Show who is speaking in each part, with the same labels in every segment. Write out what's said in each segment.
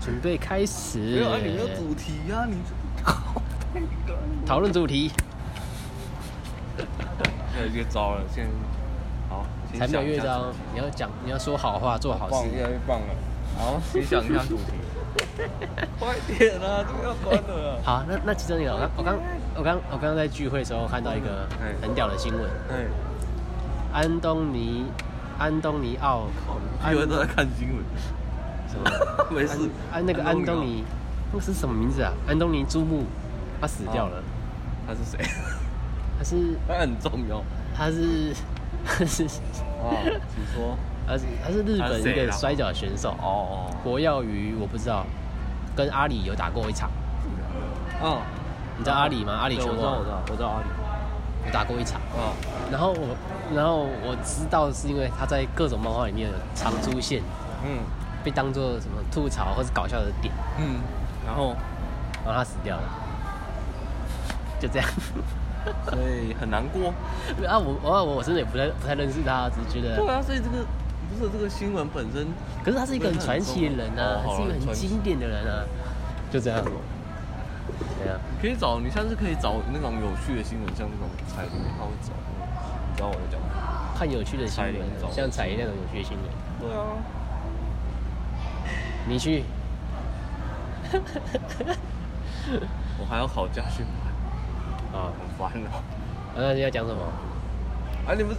Speaker 1: 准备开始。
Speaker 2: 没有啊，你没有主题啊，你这靠太短了
Speaker 1: 讨论主题，
Speaker 2: 越来越糟了，现在好，先
Speaker 1: 才没有
Speaker 2: 想一
Speaker 1: 乐
Speaker 2: 下
Speaker 1: 章
Speaker 2: 主题，
Speaker 1: 你要讲，你要说好话，做好
Speaker 2: 棒，
Speaker 1: 事。
Speaker 2: 越来越棒了。好，先想一下主题。快点啊，这个要关了啊。
Speaker 1: 好，那那其实你我刚我刚我刚我刚在聚会的时候看到一个
Speaker 2: 哎
Speaker 1: 很屌的新闻，
Speaker 2: 哎，
Speaker 1: 安东尼安东尼奥
Speaker 2: 我以为都在啊看新闻，
Speaker 1: 什么？
Speaker 2: 没事。
Speaker 1: 安哎那个安东尼，那个是什么名字啊？安东尼朱木，他死掉
Speaker 2: 啊
Speaker 1: 了。
Speaker 2: 他是谁？
Speaker 1: 他是
Speaker 2: 他很重要
Speaker 1: 他是 他是
Speaker 2: 啊，请说。
Speaker 1: 他是他是日
Speaker 2: 他
Speaker 1: 本
Speaker 2: 是
Speaker 1: 一
Speaker 2: 谁
Speaker 1: 个
Speaker 2: 啦
Speaker 1: 摔跤选手，
Speaker 2: 哦
Speaker 1: 国药鱼我不知道，跟阿里有打过一场。
Speaker 2: 哦，嗯，
Speaker 1: 你知道阿里吗？阿里
Speaker 2: 对
Speaker 1: 拳
Speaker 2: 我知道，
Speaker 1: 王
Speaker 2: 我知道，我知道阿里。
Speaker 1: 有打过一场。
Speaker 2: 啊，
Speaker 1: 然后我，然后我知道是因为他在各种漫画里面有常出现，
Speaker 2: 嗯
Speaker 1: 被当做什么吐槽或是搞笑的点，
Speaker 2: 嗯，然后
Speaker 1: 然后他死掉了， 就这样。
Speaker 2: 所以很难过。
Speaker 1: 啊，我我我真的也不太不太认识他，只是觉
Speaker 2: 对
Speaker 1: 得，
Speaker 2: 啊，所以这个不是这个新闻本身，
Speaker 1: 可是他是一个很传奇的人啊，
Speaker 2: 哦
Speaker 1: 是一个
Speaker 2: 很
Speaker 1: 很
Speaker 2: 传奇
Speaker 1: 经典的人啊，就这样。对啊，
Speaker 2: 可以找你下次可以找那种有趣的新闻，像那种彩铃，他会找那种，你知道我在讲什么？
Speaker 1: 看有趣的新闻
Speaker 2: 彩铃那，种
Speaker 1: 像彩铃那种有趣的新闻，
Speaker 2: 对啊，
Speaker 1: 你去
Speaker 2: 我还要考家训班，
Speaker 1: 啊，
Speaker 2: 很烦哦。
Speaker 1: 那呃你要讲什么？
Speaker 2: 啊，你不是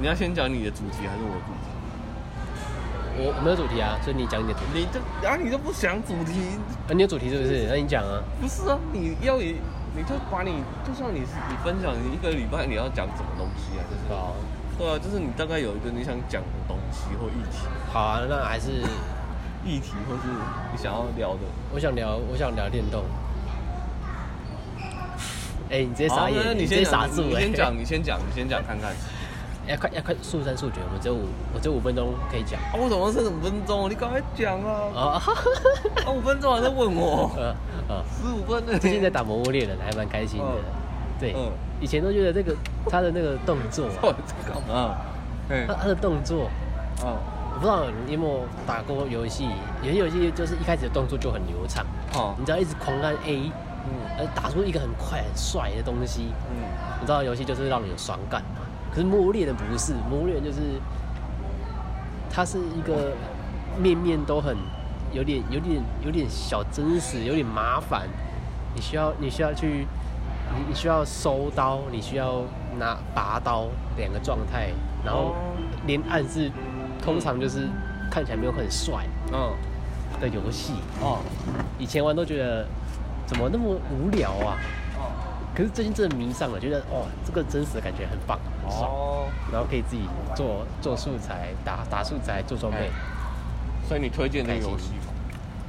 Speaker 2: 你要先讲你的主题还是我的主题？
Speaker 1: 我我没有主题啊，所以你讲你的主题。
Speaker 2: 你这啊，你都不想主题，
Speaker 1: 啊，你有主题是不是？那你讲啊。
Speaker 2: 不是啊？你要也，你就把你，就像你是你分享你一个礼拜你要讲什么东西啊？就是
Speaker 1: 好，
Speaker 2: 对啊，就是你大概有一个你想讲的东西或议题，
Speaker 1: 好啊，那还是
Speaker 2: 议题或是你想要聊的。
Speaker 1: 我想聊，我想聊电动。哎、你直接傻
Speaker 2: 好，啊
Speaker 1: 眼，
Speaker 2: 那
Speaker 1: 你
Speaker 2: 你
Speaker 1: 直接
Speaker 2: 先
Speaker 1: 傻
Speaker 2: 讲，
Speaker 1: 住
Speaker 2: 你
Speaker 1: 哎、
Speaker 2: 先讲，你先讲，你先讲看看。啊，
Speaker 1: 要快要哎快速战速决，我们只有五，我只有五分钟可以讲。
Speaker 2: 啊我怎么剩五分钟？你赶快讲啊！
Speaker 1: 哦， 哈哈
Speaker 2: 啊，五分钟还在问我，
Speaker 1: 呃呃，
Speaker 2: 十五分呢。
Speaker 1: 最近在打《魔物猎人》，还蛮开心的。
Speaker 2: 嗯
Speaker 1: 对、
Speaker 2: 嗯
Speaker 1: 以前都觉得这个他的那个动作、
Speaker 2: 到
Speaker 1: 啊，
Speaker 2: 底在干嘛？嗯，
Speaker 1: 他
Speaker 2: 哎，
Speaker 1: 他的动作，
Speaker 2: 哦，
Speaker 1: 我不知道你有没有打过游戏，有些游戏就是一开始的动作就很流畅，
Speaker 2: 哦
Speaker 1: 你，只要一直狂按 A，
Speaker 2: 嗯
Speaker 1: 呃，打出一个很快很帅的东西，
Speaker 2: 嗯，
Speaker 1: 你知道游戏就是让你有爽感嘛。可是《魔物猎人》不是，《魔物猎人》就是它是一个面面都很有点、有点、有点小真实，有点麻烦。你需要你需要去，你你需要收刀，你需要拿拔刀两个状态，然后连按是通常就是看起来没有很帅
Speaker 2: 嗯，
Speaker 1: 的游戏。
Speaker 2: 哦，
Speaker 1: 以前玩都觉得怎么那么无聊啊，
Speaker 2: 哦，
Speaker 1: 可是最近真的迷上了，觉得哦，这个真实的感觉很棒，很爽，
Speaker 2: 哦，
Speaker 1: 然后可以自己做做素材，打打素材，做装备
Speaker 2: 哎。所以你推荐这个游戏吗？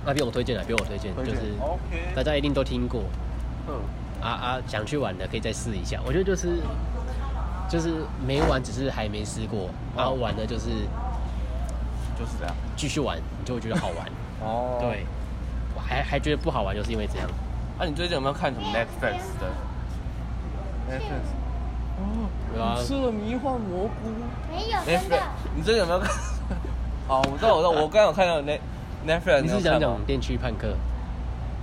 Speaker 1: 那边我推荐了，边我推荐，
Speaker 2: 推
Speaker 1: 就
Speaker 2: 荐
Speaker 1: 是大
Speaker 2: ，OK，
Speaker 1: 家一定都听过
Speaker 2: 嗯，
Speaker 1: 啊啊，想去玩的可以再试一下。我觉得就是就是没玩，只是还没试过，然后
Speaker 2: 哦
Speaker 1: 玩的就是
Speaker 2: 就是这样。
Speaker 1: 继续玩，你就会觉得好玩。
Speaker 2: 哦，
Speaker 1: 对，，我还还觉得不好玩，就是因为这样。
Speaker 2: 啊那你最近有没有看什么 Netflix 的？Netflix，哦，
Speaker 1: 对啊
Speaker 2: 你吃了迷幻蘑菇。
Speaker 3: 没有真的
Speaker 2: Netflix，，你最近有没有看？ 哦，我知道，我知道，我刚刚有看到 Net Netflix，
Speaker 1: 你
Speaker 2: 有
Speaker 1: 是
Speaker 2: 看
Speaker 1: 想
Speaker 2: 吗
Speaker 1: 讲《电锯判客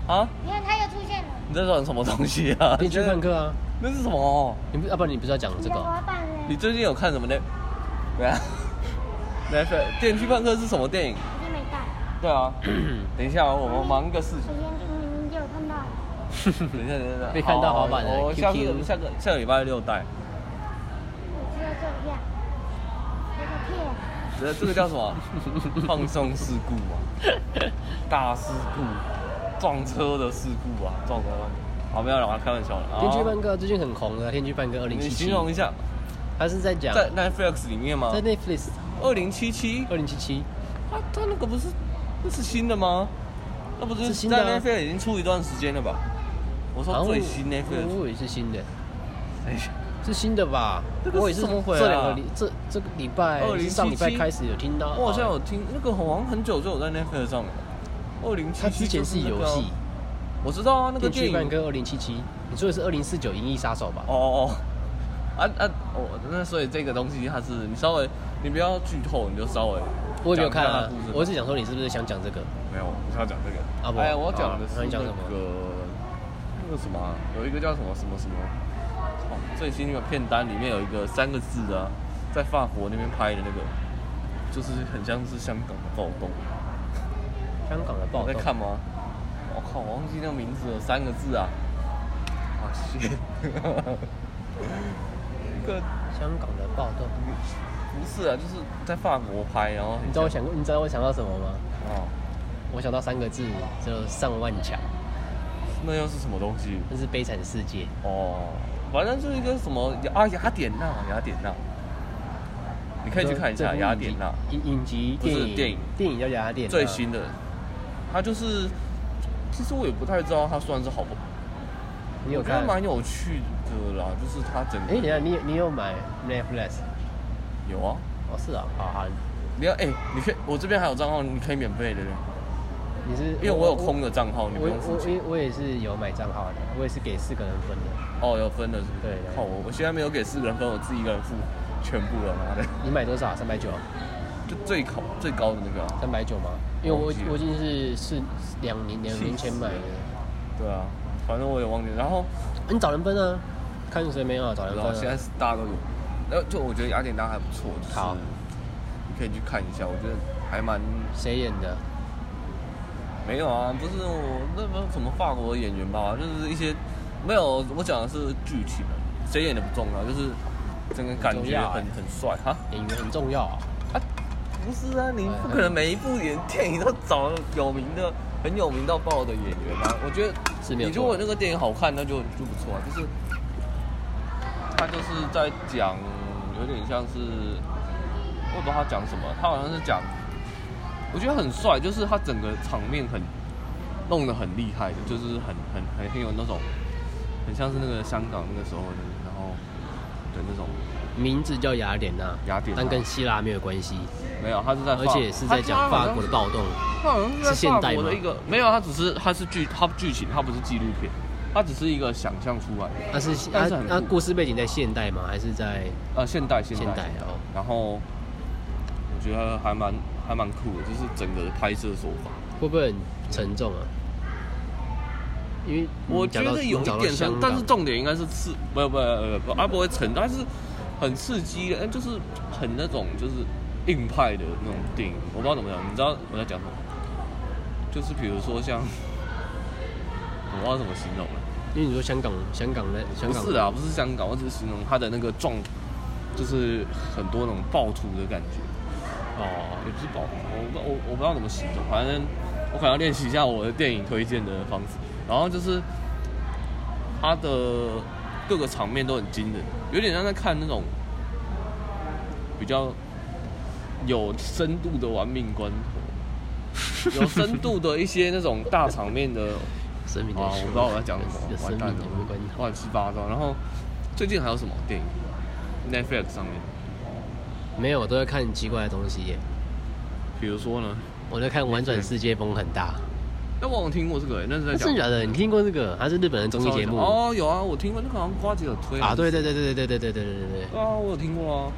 Speaker 2: 啊？
Speaker 3: 你看它又出现了，
Speaker 2: 你在说什么东西啊？》？
Speaker 1: 《电锯判客》啊，
Speaker 2: 那是什么？
Speaker 1: 你不要不然你不是要讲
Speaker 3: 你
Speaker 1: 这
Speaker 3: 的
Speaker 1: 个哦？
Speaker 3: 滑板
Speaker 2: 你
Speaker 3: 嘞，
Speaker 2: 最近有看什么 Net？对啊，Netflix 电锯判客是什么电影？
Speaker 3: 你没带。
Speaker 2: 对啊， 等一下啊，我们忙一个事
Speaker 3: 首
Speaker 2: 情。
Speaker 3: 先就明明就有看到，
Speaker 2: 等一下，等一下，等一下
Speaker 1: 没看到滑板的
Speaker 2: 好我下
Speaker 1: QQ
Speaker 2: 次下个下个礼拜六带。
Speaker 3: 我只有这样，这个屁啊，
Speaker 2: 这这个叫 什么？放松事故嘛，大事故，撞车的事故啊，撞车。好，没有了，开玩笑了。
Speaker 1: 《天剧半哥》最近很红的，《天剧半哥》二零
Speaker 2: 你
Speaker 1: 七
Speaker 2: 形
Speaker 1: 七，
Speaker 2: 容一下，
Speaker 1: 他是在讲
Speaker 2: 在哦 Netflix 里面吗？
Speaker 1: 在 Netflix
Speaker 2: 二零七七，
Speaker 1: 二零七七，
Speaker 2: 它它那个不是那是新的吗？那不
Speaker 1: 是
Speaker 2: 是
Speaker 1: 新的啊
Speaker 2: 在 Netflix 已经出一段时间了吧？我
Speaker 1: 然
Speaker 2: 说
Speaker 1: 后
Speaker 2: 最新
Speaker 1: 我
Speaker 2: Netflix，
Speaker 1: 也是新的，
Speaker 2: 哎呀
Speaker 1: 是新的吧？
Speaker 2: 这个是
Speaker 1: 我也是
Speaker 2: 怎么回啊
Speaker 1: 这两个礼这这个礼拜
Speaker 2: 2077
Speaker 1: 是上礼拜开始有听到，
Speaker 2: 我好像有
Speaker 1: 啊
Speaker 2: 听那个，好像很久就有在 Netflix 上面。二零七
Speaker 1: 他
Speaker 2: 七
Speaker 1: 之前是游戏，
Speaker 2: 我知道啊，那
Speaker 1: 《
Speaker 2: 个
Speaker 1: 电锯
Speaker 2: 电影
Speaker 1: 半哥》二零七七，你说的是二零四九《银翼杀手》吧？
Speaker 2: 哦哦，哦，啊啊，哦，那所以这个东西它是你稍微你不要剧透，你就稍微
Speaker 1: 我也没有看
Speaker 2: 讲一下
Speaker 1: 啊
Speaker 2: 他故事，吧
Speaker 1: 我是想说你是不是想讲这个
Speaker 2: 没有，不是要讲这个。
Speaker 1: 啊？不，
Speaker 2: 哎呀，我讲的是
Speaker 1: 那
Speaker 2: 那
Speaker 1: 你讲什
Speaker 2: 个
Speaker 1: 么？
Speaker 2: 那个什么啊，有一个叫什么什么什么，哦，最新那个片单里面有一个三个字的啊，在法国那边拍的那个，就是很像是香港的暴动。
Speaker 1: 香港的暴
Speaker 2: 我在
Speaker 1: 动。
Speaker 2: 看吗？我、靠，我忘记那个名字了，三个字啊。啊，谢。 一个
Speaker 1: 香港的暴动，
Speaker 2: 不是啊，就是在法国拍，然后很
Speaker 1: 你知道我
Speaker 2: 像
Speaker 1: 想过，你知道我想到什么吗？
Speaker 2: 哦，
Speaker 1: 我想到三个字，就上万强，
Speaker 2: 那又是什么东西？
Speaker 1: 那是悲惨世界。
Speaker 2: 哦，反正就是一个什么啊，雅典娜，雅典娜，你可以去看一下
Speaker 1: 这部
Speaker 2: 雅典娜
Speaker 1: 影集影影集
Speaker 2: 不是
Speaker 1: 电影
Speaker 2: 电
Speaker 1: 电
Speaker 2: 影
Speaker 1: 影叫雅典娜
Speaker 2: 最新的，它就是，其实我也不太知道它算是好不，
Speaker 1: 你有
Speaker 2: 我觉得
Speaker 1: 看？
Speaker 2: 蛮有趣的啦，就是它整
Speaker 1: 哎，等一
Speaker 2: 个
Speaker 1: 下你你有买 Netflix？
Speaker 2: 有啊，
Speaker 1: 哦，是啊，好好，
Speaker 2: 你要哎，你可以，我这边还有账号，你可以免费的，
Speaker 1: 你是
Speaker 2: 因为我有空的账号，你不
Speaker 1: 我
Speaker 2: 用付
Speaker 1: 我
Speaker 2: 钱。
Speaker 1: 我我也是有买账号的，我也是给四个人分的。
Speaker 2: 哦，有分的是不是？
Speaker 1: 对
Speaker 2: 好，我我现在没有给四个人分，我自己一个人付全部了，妈的，
Speaker 1: 你买多少？三百九，
Speaker 2: 就最高最高的那个啊，
Speaker 1: 三百九吗？因为我
Speaker 2: 忘记了
Speaker 1: 我已经是是两年两年前买
Speaker 2: 气
Speaker 1: 的。
Speaker 2: 对啊，反正我也忘记了，然后。
Speaker 1: 你找人分啊？看谁没有啊找人
Speaker 2: 然后现
Speaker 1: 分
Speaker 2: 在
Speaker 1: 啊？
Speaker 2: 是大家都有，然后就我觉得雅典娜还不错，就是
Speaker 1: 好
Speaker 2: 你可以去看一下，我觉得还蛮
Speaker 1: 谁演的？
Speaker 2: 没有啊，不是我那个什么法国演员吧，就是一些没有，我讲的是剧情啊，谁演的不重要，就是整个感
Speaker 1: 很重
Speaker 2: 觉
Speaker 1: 要
Speaker 2: 很
Speaker 1: 欸
Speaker 2: 很帅哈。
Speaker 1: 演员很重要啊。
Speaker 2: 啊，不是啊，你不可能每一部演电影都找有名的、很有名到爆的演员啊。我觉得
Speaker 1: 是没有
Speaker 2: 你
Speaker 1: 错
Speaker 2: 如果那个电影好看，那就就不错啊。就是他就是在讲，有点像是我也不知道他讲什么，他好像是讲，我觉得很帅，就是他整个场面很弄得很厉害的，就是很很很很有那种，很像是那个香港那个时候的，然后的那种
Speaker 1: 名字叫雅典娜，
Speaker 2: 雅典娜
Speaker 1: 但跟希腊没有关系，
Speaker 2: 没有，他是在法
Speaker 1: 而且是在
Speaker 2: 他
Speaker 1: 讲
Speaker 2: 他好
Speaker 1: 法
Speaker 2: 像
Speaker 1: 国的暴动。
Speaker 2: 它好像是在
Speaker 1: 是现
Speaker 2: 法
Speaker 1: 代
Speaker 2: 国的
Speaker 1: 吗
Speaker 2: 一个，没有，它只是它是剧，它剧情，它不是纪录片，它只是一个想象出来的。
Speaker 1: 那是
Speaker 2: 但
Speaker 1: 那
Speaker 2: 是很
Speaker 1: 那
Speaker 2: 酷
Speaker 1: 故事背景在现代吗？还是在
Speaker 2: 呃，现代现代
Speaker 1: 现代哦？
Speaker 2: 然后我觉得还蛮还蛮酷的，就是整个的拍摄手法。
Speaker 1: 会不会很沉重啊？因为你
Speaker 2: 我觉
Speaker 1: 嗯讲到
Speaker 2: 得有
Speaker 1: 你
Speaker 2: 一
Speaker 1: 讲到
Speaker 2: 点像
Speaker 1: 香，港
Speaker 2: 但是重点应该是刺，不不不不，啊不会沉，但是很刺激的，就是很那种就是硬派的那种电影，我不知道怎么讲，你知道我在讲什么？就是比如说像，我不知道怎么形容了。啊
Speaker 1: 因为你说香港香港的香
Speaker 2: 不
Speaker 1: 港
Speaker 2: 是啊，不是香港，我只是形容它的那个状，就是很多那种暴徒的感觉。哦，也不是暴徒，我不我我不知道怎么形容，反正我可能要练习一下我的电影推荐的方式。然后就是它的各个场面都很惊人，有点像在看那种比较有深度的玩命关头，有深度的一些那种大场面的
Speaker 1: 生命的
Speaker 2: 啊，我不知道我在讲什
Speaker 1: 有生
Speaker 2: 么，完
Speaker 1: 命
Speaker 2: 蛋
Speaker 1: 的
Speaker 2: 了
Speaker 1: 无关，头。
Speaker 2: 乱七八糟。然后最近还有什么电影？Netflix 上面，
Speaker 1: 没有，我都在看很奇怪的东西耶。
Speaker 2: 比如说呢？
Speaker 1: 我在看《玩转世界》，风很大。
Speaker 2: 那我好像听过这个、欸，那是在
Speaker 1: 那
Speaker 2: 讲
Speaker 1: 真的假的？你听过这个？还是日本的综艺节目？
Speaker 2: 哦，有啊，我哦听过那个好像瓜姐有推
Speaker 1: 啊，对对对对对对对对对对对。
Speaker 2: 对啊，我有听过啊。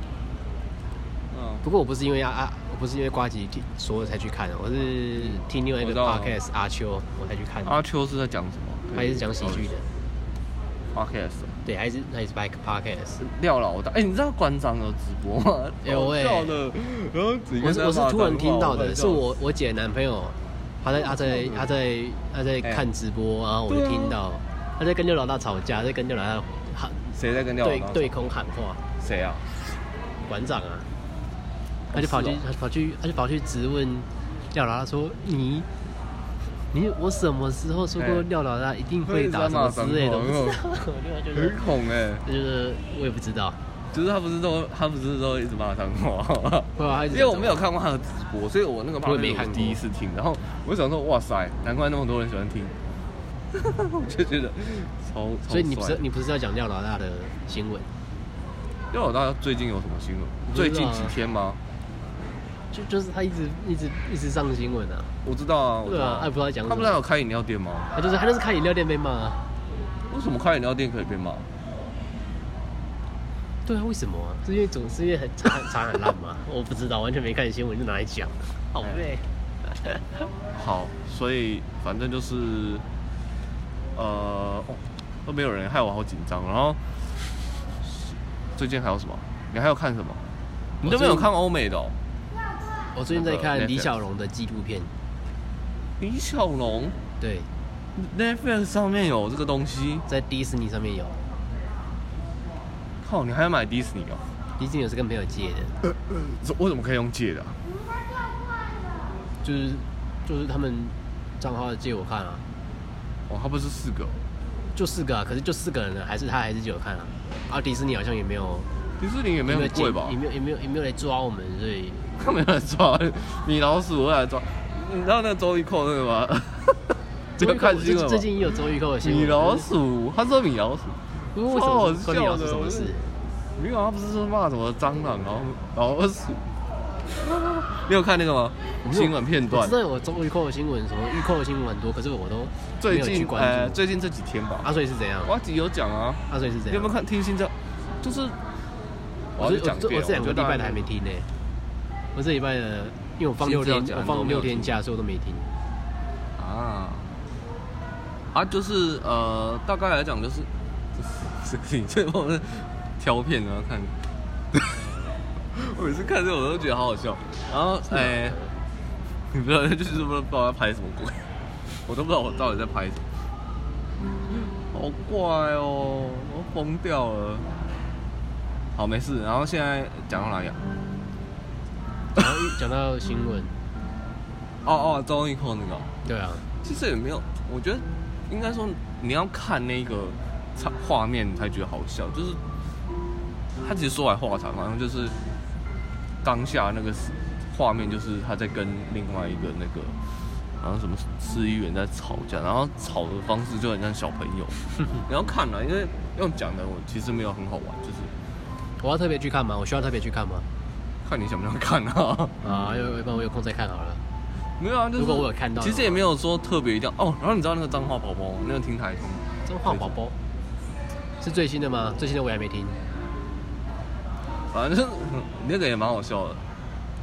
Speaker 2: 嗯，
Speaker 1: 不过我不是因为啊啊，我不是因为瓜吉听说才去看的，我是听另外一
Speaker 2: 嗯我
Speaker 1: 个
Speaker 2: 知道啊
Speaker 1: podcast 阿秋我才去看的，
Speaker 2: 阿秋是在讲什么？
Speaker 1: 他也是讲喜剧的，
Speaker 2: podcast。
Speaker 1: 对，还是他也是 bike podcast。
Speaker 2: 廖老大，哎、你知道馆长有直播吗？
Speaker 1: 有
Speaker 2: 好
Speaker 1: 欸
Speaker 2: 笑的，然后整个
Speaker 1: 我是
Speaker 2: 在
Speaker 1: 我是
Speaker 2: 骂
Speaker 1: 突然
Speaker 2: 脏
Speaker 1: 听
Speaker 2: 话
Speaker 1: 到
Speaker 2: 快
Speaker 1: 的，
Speaker 2: 笑
Speaker 1: 是我我姐的男朋友，他在他在他在他在
Speaker 2: 嗯哎
Speaker 1: 看直播，然后我就
Speaker 2: 对啊
Speaker 1: 听到他在跟六老大吵架，在跟六老大喊
Speaker 2: 谁在跟廖老
Speaker 1: 对
Speaker 2: 大？
Speaker 1: 对，空喊话，
Speaker 2: 谁 啊？
Speaker 1: 馆长啊，他就跑去
Speaker 2: 是哦
Speaker 1: 他就跑去他就跑去质问廖老大说你。你我什么时候说过
Speaker 2: 哎
Speaker 1: 廖老大一定会打什么之类 的？我不知道，我就觉得
Speaker 2: 很恐哎、
Speaker 1: 就是我也不知道，
Speaker 2: 就是他不是都他不是都一直骂脏 话，
Speaker 1: 对啊他一直
Speaker 2: 因
Speaker 1: 在
Speaker 2: 为我没有看过他的直播，所以我那个骂
Speaker 1: 我也没看
Speaker 2: 是
Speaker 1: 过
Speaker 2: 第一次听，然后我就想说哇塞，难怪那么多人喜欢听， 我就觉得超超
Speaker 1: 所以你不是
Speaker 2: 帅
Speaker 1: 你不是要讲廖老大的新闻，
Speaker 2: 因为我大家最近有什么新闻？
Speaker 1: 不知道啊
Speaker 2: 最近几天吗？
Speaker 1: 就就是他一直一直一直上新闻啊，
Speaker 2: 我知道啊，我知
Speaker 1: 对
Speaker 2: 道
Speaker 1: 啊，他也不知道讲
Speaker 2: 他
Speaker 1: 什
Speaker 2: 不是还
Speaker 1: 么，
Speaker 2: 有开饮料店吗？
Speaker 1: 他就是他就是开饮料店被骂啊，
Speaker 2: 为什么开饮料店可以被骂？
Speaker 1: 对啊，为什么啊？是因为总是因为很查查很烂嘛？我不知道，完全没看新闻就拿来讲，好累。
Speaker 2: 好，所以反正就是，呃，哦，都没有人，害我好紧张。然后最近还有什么？你还有看什么？你都没有看欧美的、哦？
Speaker 1: 我最近在
Speaker 2: 那
Speaker 1: 看
Speaker 2: 个
Speaker 1: 李
Speaker 2: 哦 Netflix
Speaker 1: 小龙的纪录片，
Speaker 2: 李小龙
Speaker 1: 对，
Speaker 2: Netflix 上面有这个东西，
Speaker 1: 在迪士尼上面有，
Speaker 2: 靠，你还要买迪士尼哦？
Speaker 1: 迪士尼有是跟朋友借的，
Speaker 2: 这为什么可以用借的啊、
Speaker 1: 就是就是他们账号借我看啊，
Speaker 2: 哦，它不是四个哦，
Speaker 1: 就四个啊，可是就四个人了，还是他还是借我看啊。啊，迪士尼好像也没有，
Speaker 2: 迪士尼也
Speaker 1: 也
Speaker 2: 没有
Speaker 1: 没有
Speaker 2: 很
Speaker 1: 借
Speaker 2: 贵吧
Speaker 1: 也？没有也没有也没有来抓我们，所以
Speaker 2: 他没有来抓米老鼠，我来抓。你知道那个周一扣那个吗？这个看新闻吗
Speaker 1: 最 近也有周玉蔻的新闻，
Speaker 2: 米老鼠，他说米老鼠，
Speaker 1: 不是为什
Speaker 2: 超好
Speaker 1: 么关米老
Speaker 2: 笑
Speaker 1: 鼠
Speaker 2: 的
Speaker 1: 什么事？
Speaker 2: 没有，他啊不是说骂什么蟑螂，然后老鼠。 你有看那个吗？新闻片
Speaker 1: 我
Speaker 2: 段
Speaker 1: 知，道有周玉蔻的新闻，什么玉蔻的新闻很多，可是我都没
Speaker 2: 最
Speaker 1: 有去
Speaker 2: 近呃
Speaker 1: 关注。啊
Speaker 2: 最近这几天吧，
Speaker 1: 阿水是怎样？
Speaker 2: 瓜吉有讲啊，
Speaker 1: 阿水是怎
Speaker 2: 你有
Speaker 1: 样
Speaker 2: 没有？看听新这？就是
Speaker 1: 我
Speaker 2: 要
Speaker 1: 这
Speaker 2: 去讲
Speaker 1: 我
Speaker 2: 一
Speaker 1: 这
Speaker 2: 遍
Speaker 1: 我
Speaker 2: 哦
Speaker 1: 这两个
Speaker 2: 觉
Speaker 1: 礼
Speaker 2: 得
Speaker 1: 拜的还没听呢，我这礼拜的因为我放
Speaker 2: 是
Speaker 1: 六
Speaker 2: 不是要
Speaker 1: 天，
Speaker 2: 讲
Speaker 1: 我
Speaker 2: 你都
Speaker 1: 放
Speaker 2: 没有
Speaker 1: 六天
Speaker 2: 听
Speaker 1: 假，所以我都没 听。
Speaker 2: 啊啊，就是呃，大概来讲就是， 就是你这帮人挑片然后看， 我每次看这种我都觉得好好笑。然后哎、你不知道就是不知道在拍什么鬼， 我都不知道我到底在拍什么，好怪哦，我疯掉了。好，没事。然后现在讲到哪里啊？
Speaker 1: 然后一讲到新闻，
Speaker 2: 哦哦，综艺控那个哦。
Speaker 1: 对啊，
Speaker 2: 其实也没有，我觉得应该说你要看那个场画面你才觉得好笑，就是他其实说来话长，好像就是当下那个时画面就是他在跟另外一个那个好像什么市议员在吵架，然后吵的方式就很像小朋 友，你要看了、因为用讲的我其实没有很好玩，就是
Speaker 1: 我要特别去看吗？我需要特别去看吗？
Speaker 2: 看你想不想看啊。
Speaker 1: 啊，要要不然我有空再看好了。
Speaker 2: 没有啊，就是
Speaker 1: 如果我有看到的话
Speaker 2: 其实也没有说特别一定要哦。然后你知道那个脏话宝宝吗，那个听台风。
Speaker 1: 真话宝宝是最新的吗？最新的我也还没听。
Speaker 2: 反正就是那个也蛮好笑的，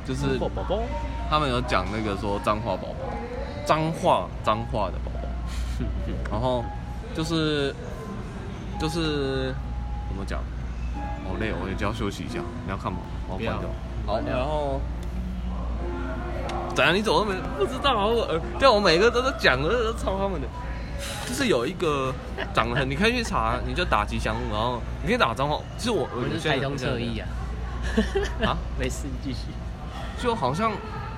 Speaker 2: 就是
Speaker 1: 宝宝宝，
Speaker 2: 他们有讲那个说脏话宝宝，脏话脏话的 宝宝，然后就是就是怎么讲，好累哦，我也就要休息一下。你要看吗？我要关掉。好，
Speaker 1: 不要
Speaker 2: 然后怎样？你怎么都没不知道啊？我呃，对我每个都在讲，我都抄他们的。就是有一个长得很，你可以去查，你就打吉祥物，然后你可以打脏话。其实我
Speaker 1: 我是台中侧翼
Speaker 2: 啊。
Speaker 1: 啊。
Speaker 2: 啊，
Speaker 1: 没事，继续。
Speaker 2: 就好像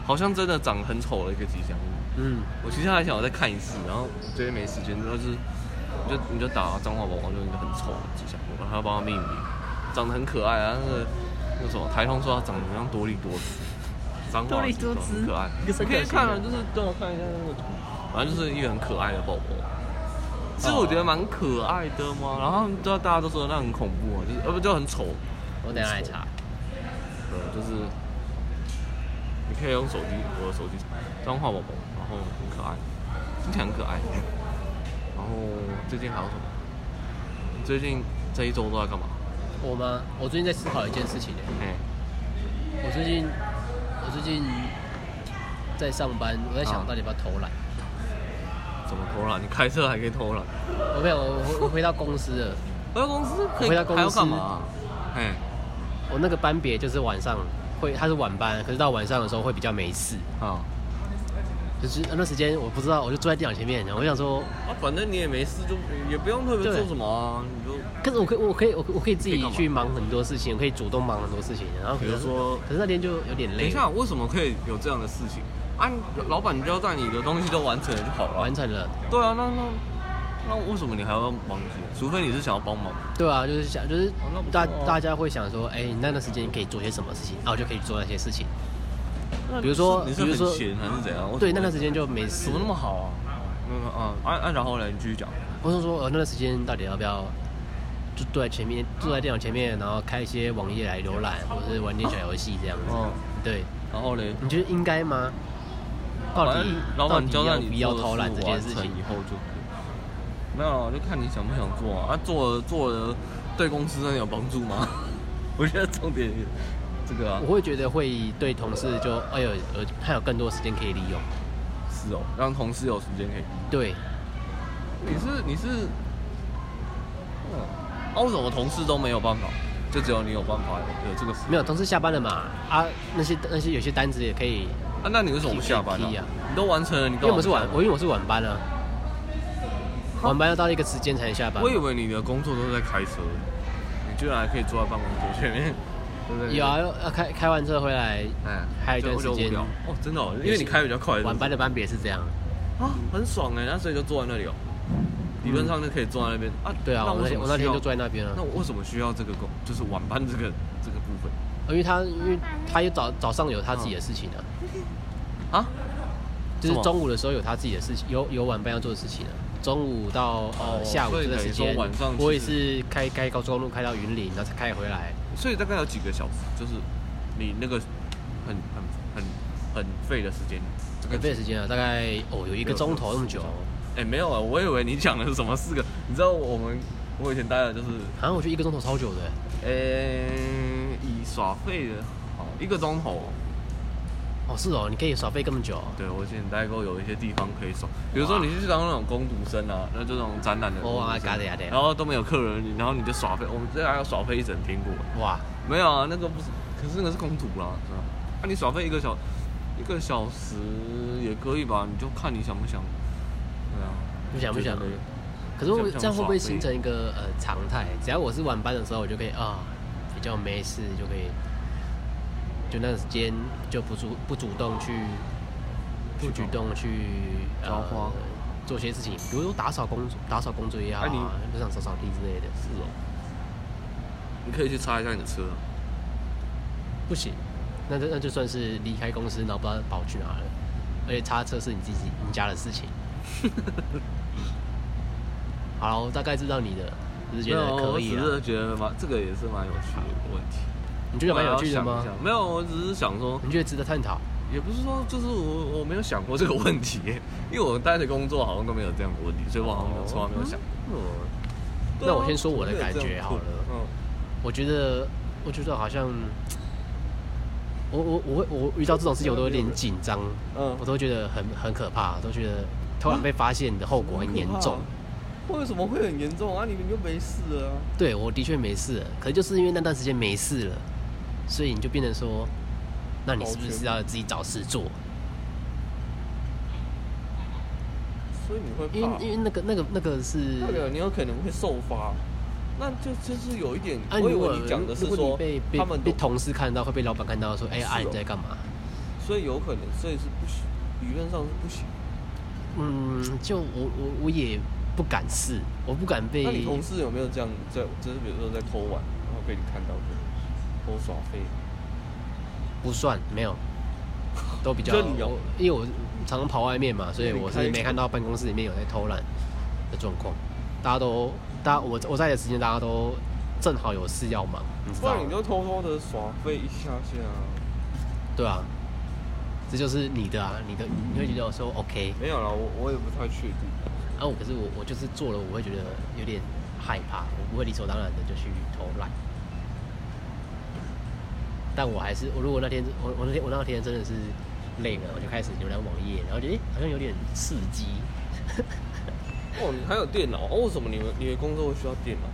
Speaker 2: 好像真的长得很丑的一个吉祥物。
Speaker 1: 嗯，
Speaker 2: 我其实还想我再看一次，然后最近没时间，然后就是你就你就打脏话宝宝，就是一个很丑的吉祥物，然后他帮他命名，长得很可爱啊。那个那个什么，台通说他长得很像多利多姿，脏话吉祥物很可爱，
Speaker 1: 多利多姿
Speaker 2: 你可以看啊，就是让我看一下那个图，反正就是一个很可爱的宝宝。其实我觉得蛮可爱的嘛，然后知道大家都说那很恐怖啊，就是呃不就很丑，
Speaker 1: 我等一下来查。
Speaker 2: 对，就是你可以用手机，我的手机脏话宝宝，然后很可爱，听起来很可爱。然后最近还有什么？你最近这一周都在干嘛？
Speaker 1: 我吗？我最近在思考一件事情耶欸
Speaker 2: 哎、
Speaker 1: 我最近，我最近在上班，我在想
Speaker 2: 啊
Speaker 1: 到底要不要偷懒。
Speaker 2: 怎么偷懒？你开车还可以偷懒？
Speaker 1: 我没有，我我我回到公司了。
Speaker 2: 回到公司可以
Speaker 1: 回到公司
Speaker 2: 还要干嘛、哎、
Speaker 1: 我那个班别就是晚上会，他是晚班，可是到晚上的时候会比较没事。
Speaker 2: 好
Speaker 1: 就是那段时间我不知道，我就坐在电脑前面，然后我想说，
Speaker 2: 啊，反正你也没事，就也不用特别
Speaker 1: 哦对
Speaker 2: 做什么啊，你就
Speaker 1: 可是我可以，我可以，我可以我可以自
Speaker 2: 可以
Speaker 1: 己
Speaker 2: 干嘛
Speaker 1: 去忙很多事情，我可以主动忙很多事情。然后可
Speaker 2: 比如
Speaker 1: 是
Speaker 2: 说
Speaker 1: 可是那天就有点
Speaker 2: 等一
Speaker 1: 累，
Speaker 2: 下，为什么可以有这样的事情？啊，老板交代你的东西都完成了就好了啊。
Speaker 1: 完成了。
Speaker 2: 对啊，那那那为什么你还要帮忙？除非你是想要帮忙。
Speaker 1: 对啊，就是想，就是
Speaker 2: 哦那不错
Speaker 1: 大、
Speaker 2: 哦
Speaker 1: 大家会想说，哎、你那段时间你可以做些什么事情，然后我就可以做那些事情。比如说
Speaker 2: 你是
Speaker 1: 比
Speaker 2: 很
Speaker 1: 如说
Speaker 2: 闲还是怎样？
Speaker 1: 对，那段时
Speaker 2: 是
Speaker 1: 间就没事
Speaker 2: 怎么。那么好啊？没有没有啊啊啊！然后呢，你继续讲。
Speaker 1: 我是说，呃，那段时间到底要不要就坐在前面，坐在电脑前面，然后开一些网页来浏览，或者是玩点小游戏这样子。
Speaker 2: 哦
Speaker 1: 对，
Speaker 2: 然后嘞，
Speaker 1: 你觉得应该吗？到
Speaker 2: 反
Speaker 1: 底
Speaker 2: 正老板交代
Speaker 1: 到
Speaker 2: 你
Speaker 1: 底
Speaker 2: 做
Speaker 1: 要不
Speaker 2: 的
Speaker 1: 要偷懒
Speaker 2: 事
Speaker 1: 这件事情
Speaker 2: 完成以？后就没有啊，就看你想不想做啊。啊，做了做了，对公司真的有帮助吗？ 我觉得重点也这个啊，
Speaker 1: 我会觉得会对同事就哎呦，呃，他有更多时间可以利用。
Speaker 2: 是哦，让同事有时间可以。
Speaker 1: 对，
Speaker 2: 你是你是，嗯，啊，为什么同事都没有办法？就只有你有办法有有这个事
Speaker 1: 没有同事下班了嘛啊，那些那些有些单子也可以，
Speaker 2: 啊？那你为什么不下班呢、
Speaker 1: 踢啊
Speaker 2: 你都完成了，你
Speaker 1: 因
Speaker 2: 干
Speaker 1: 为
Speaker 2: 嘛
Speaker 1: 我们是
Speaker 2: 不下
Speaker 1: 晚
Speaker 2: 班，
Speaker 1: 我因为我是晚班啊，晚班要到一个时间才能下班
Speaker 2: 我。以为你的工作都是在开车，你居然还可以坐在办公桌 前面，对不对？
Speaker 1: 有啊，要要开开完车回来，
Speaker 2: 哎，
Speaker 1: 还有一段
Speaker 2: 就就
Speaker 1: 时间
Speaker 2: 无聊哦，真的、哦，因为你开比较快，
Speaker 1: 晚班的班别是这样。
Speaker 2: 啊，很爽哎，那所以就坐在那里哦，理论上就可以坐在那边啊。
Speaker 1: 嗯对啊，
Speaker 2: 那
Speaker 1: 我那
Speaker 2: 为什
Speaker 1: 天
Speaker 2: 么
Speaker 1: 我那
Speaker 2: 需
Speaker 1: 天
Speaker 2: 要
Speaker 1: 就坐在那边啊
Speaker 2: 那，我为什么需要这个工，就是晚班这个这个部分
Speaker 1: 因为他因为他有早早上有他自己的事情啊，
Speaker 2: 啊？
Speaker 1: 就是
Speaker 2: 嗯什么
Speaker 1: 中午的时候有他自己的事情，有有晚班要做的事情啊。中午到
Speaker 2: 哦
Speaker 1: 呃下午
Speaker 2: 所以
Speaker 1: 这段时
Speaker 2: 等于
Speaker 1: 间
Speaker 2: 说晚上，其实
Speaker 1: 我也是开开高速公路开到云林，然后才开回来。
Speaker 2: 所以大概有几个小时，就是你那个很很很很费的时间，这个
Speaker 1: 很费的时间啊，大概
Speaker 2: 嗯
Speaker 1: 哦有一个钟头那么久。
Speaker 2: 哎没有啊，我以为你讲的是什么四个，你知道我们我以前待的就是
Speaker 1: 好像我觉得一个钟头超久的欸，
Speaker 2: 呃、以耍废的好一个钟头哦、
Speaker 1: 哦是哦，你可以耍费这么久哦，
Speaker 2: 对，我以前待过有一些地方可以爽，比如说你去当那种工读生啊，那就那种展览的工读生，
Speaker 1: 哦啊嘎的呀的呀
Speaker 2: 然后都没有客人，然后你就耍飞，我们这还要耍飞一整天过，
Speaker 1: 哇，
Speaker 2: 没有啊，那个不是，可是那个是工读啦，是吧？那、你耍飞一个小一个小时也可以吧，你就看你想不想，对啊，
Speaker 1: 你想不想
Speaker 2: 就觉得
Speaker 1: 可是我
Speaker 2: 想不想
Speaker 1: 这样会不会
Speaker 2: 耍飞
Speaker 1: 形成一个呃常态？只要我是晚班的时候，我就可以啊、比较没事就可以，就那段时间就不主不主动去，不主动去呃
Speaker 2: 浇花
Speaker 1: 做些事情，比如打扫工作打扫工作也好、
Speaker 2: 哎
Speaker 1: 啊
Speaker 2: 你，
Speaker 1: 路上扫扫地之类的。
Speaker 2: 是哦，你可以去擦一下你的车，啊
Speaker 1: 不行，那就那就算是离开公司，然后不知道跑去哪了，而且擦车是你自己你家的事 情。好了，我大概知道你的，只是觉
Speaker 2: 没有
Speaker 1: 得可
Speaker 2: 我
Speaker 1: 以啊
Speaker 2: 只
Speaker 1: 了
Speaker 2: 是。觉得蛮这个也是蛮有趣的一个问题，
Speaker 1: 你觉得蛮有趣的
Speaker 2: 我
Speaker 1: 吗
Speaker 2: 还要想一？下没有，我只是想说。
Speaker 1: 你觉得值得探讨？
Speaker 2: 也不是说，就是我我没有想过这个问题，因为我待的工作好像都没有这样的问题，所以我好像没有从来没有想过。
Speaker 1: 哦嗯，
Speaker 2: 对啊
Speaker 1: 那我先说我的感觉好了
Speaker 2: 嗯，
Speaker 1: 我觉得，我觉得好像，我我我会我遇到这种事情，我都有点紧张，
Speaker 2: 嗯
Speaker 1: 我都觉得很很可怕，都觉得突然被发现的后果很严重。
Speaker 2: 为什么会很严重啊？你们就没事了、啊。
Speaker 1: 对我的确没事了，可就是因为那段时间没事了，所以你就变成说，那你是不是要自己找事做？
Speaker 2: 所以你会
Speaker 1: 因为因为那个那个那个是，
Speaker 2: 代表你有可能会受罚，那就就是有一点。
Speaker 1: 啊，
Speaker 2: 我以
Speaker 1: 如果
Speaker 2: 为你讲的是
Speaker 1: 如果
Speaker 2: 说
Speaker 1: 你被被
Speaker 2: 他们
Speaker 1: 被
Speaker 2: 都，
Speaker 1: 同事看到，会被老板看到说，哎、呀、啊，
Speaker 2: 是哦
Speaker 1: 你在干嘛？
Speaker 2: 所以有可能，所以是不行，理论上是不行。
Speaker 1: 嗯，就我我我也不敢试，我不敢
Speaker 2: 那你
Speaker 1: 被
Speaker 2: 同事有没有这样在，就是比如说在偷玩，然后被你看到的，偷耍飞？
Speaker 1: 不算没有，都比较
Speaker 2: 就你有
Speaker 1: 我因为我常常跑外面嘛，所以
Speaker 2: 那你
Speaker 1: 我
Speaker 2: 开
Speaker 1: 是没看到办公室里面有在偷懒的状况。大家都，大家我我在的时间大家都正好有事要忙，你知
Speaker 2: 不
Speaker 1: 道
Speaker 2: 然你
Speaker 1: 吗？
Speaker 2: 就偷偷的耍飞一下下啊。
Speaker 1: 对啊，这就是你的啊，你的你会觉得说 OK
Speaker 2: 没有啦，我我也不太确定。
Speaker 1: 啊，我可是我我就是做了，我会觉得有点害怕，我不会理所当然的就去偷懒。但我还是，我如果那天我我那天我那天真的是累了，我就开始浏览网页，然后觉得诶好像有点刺激，
Speaker 2: 哦，你还有电脑？哦，为什么你们你的工作会需要电脑？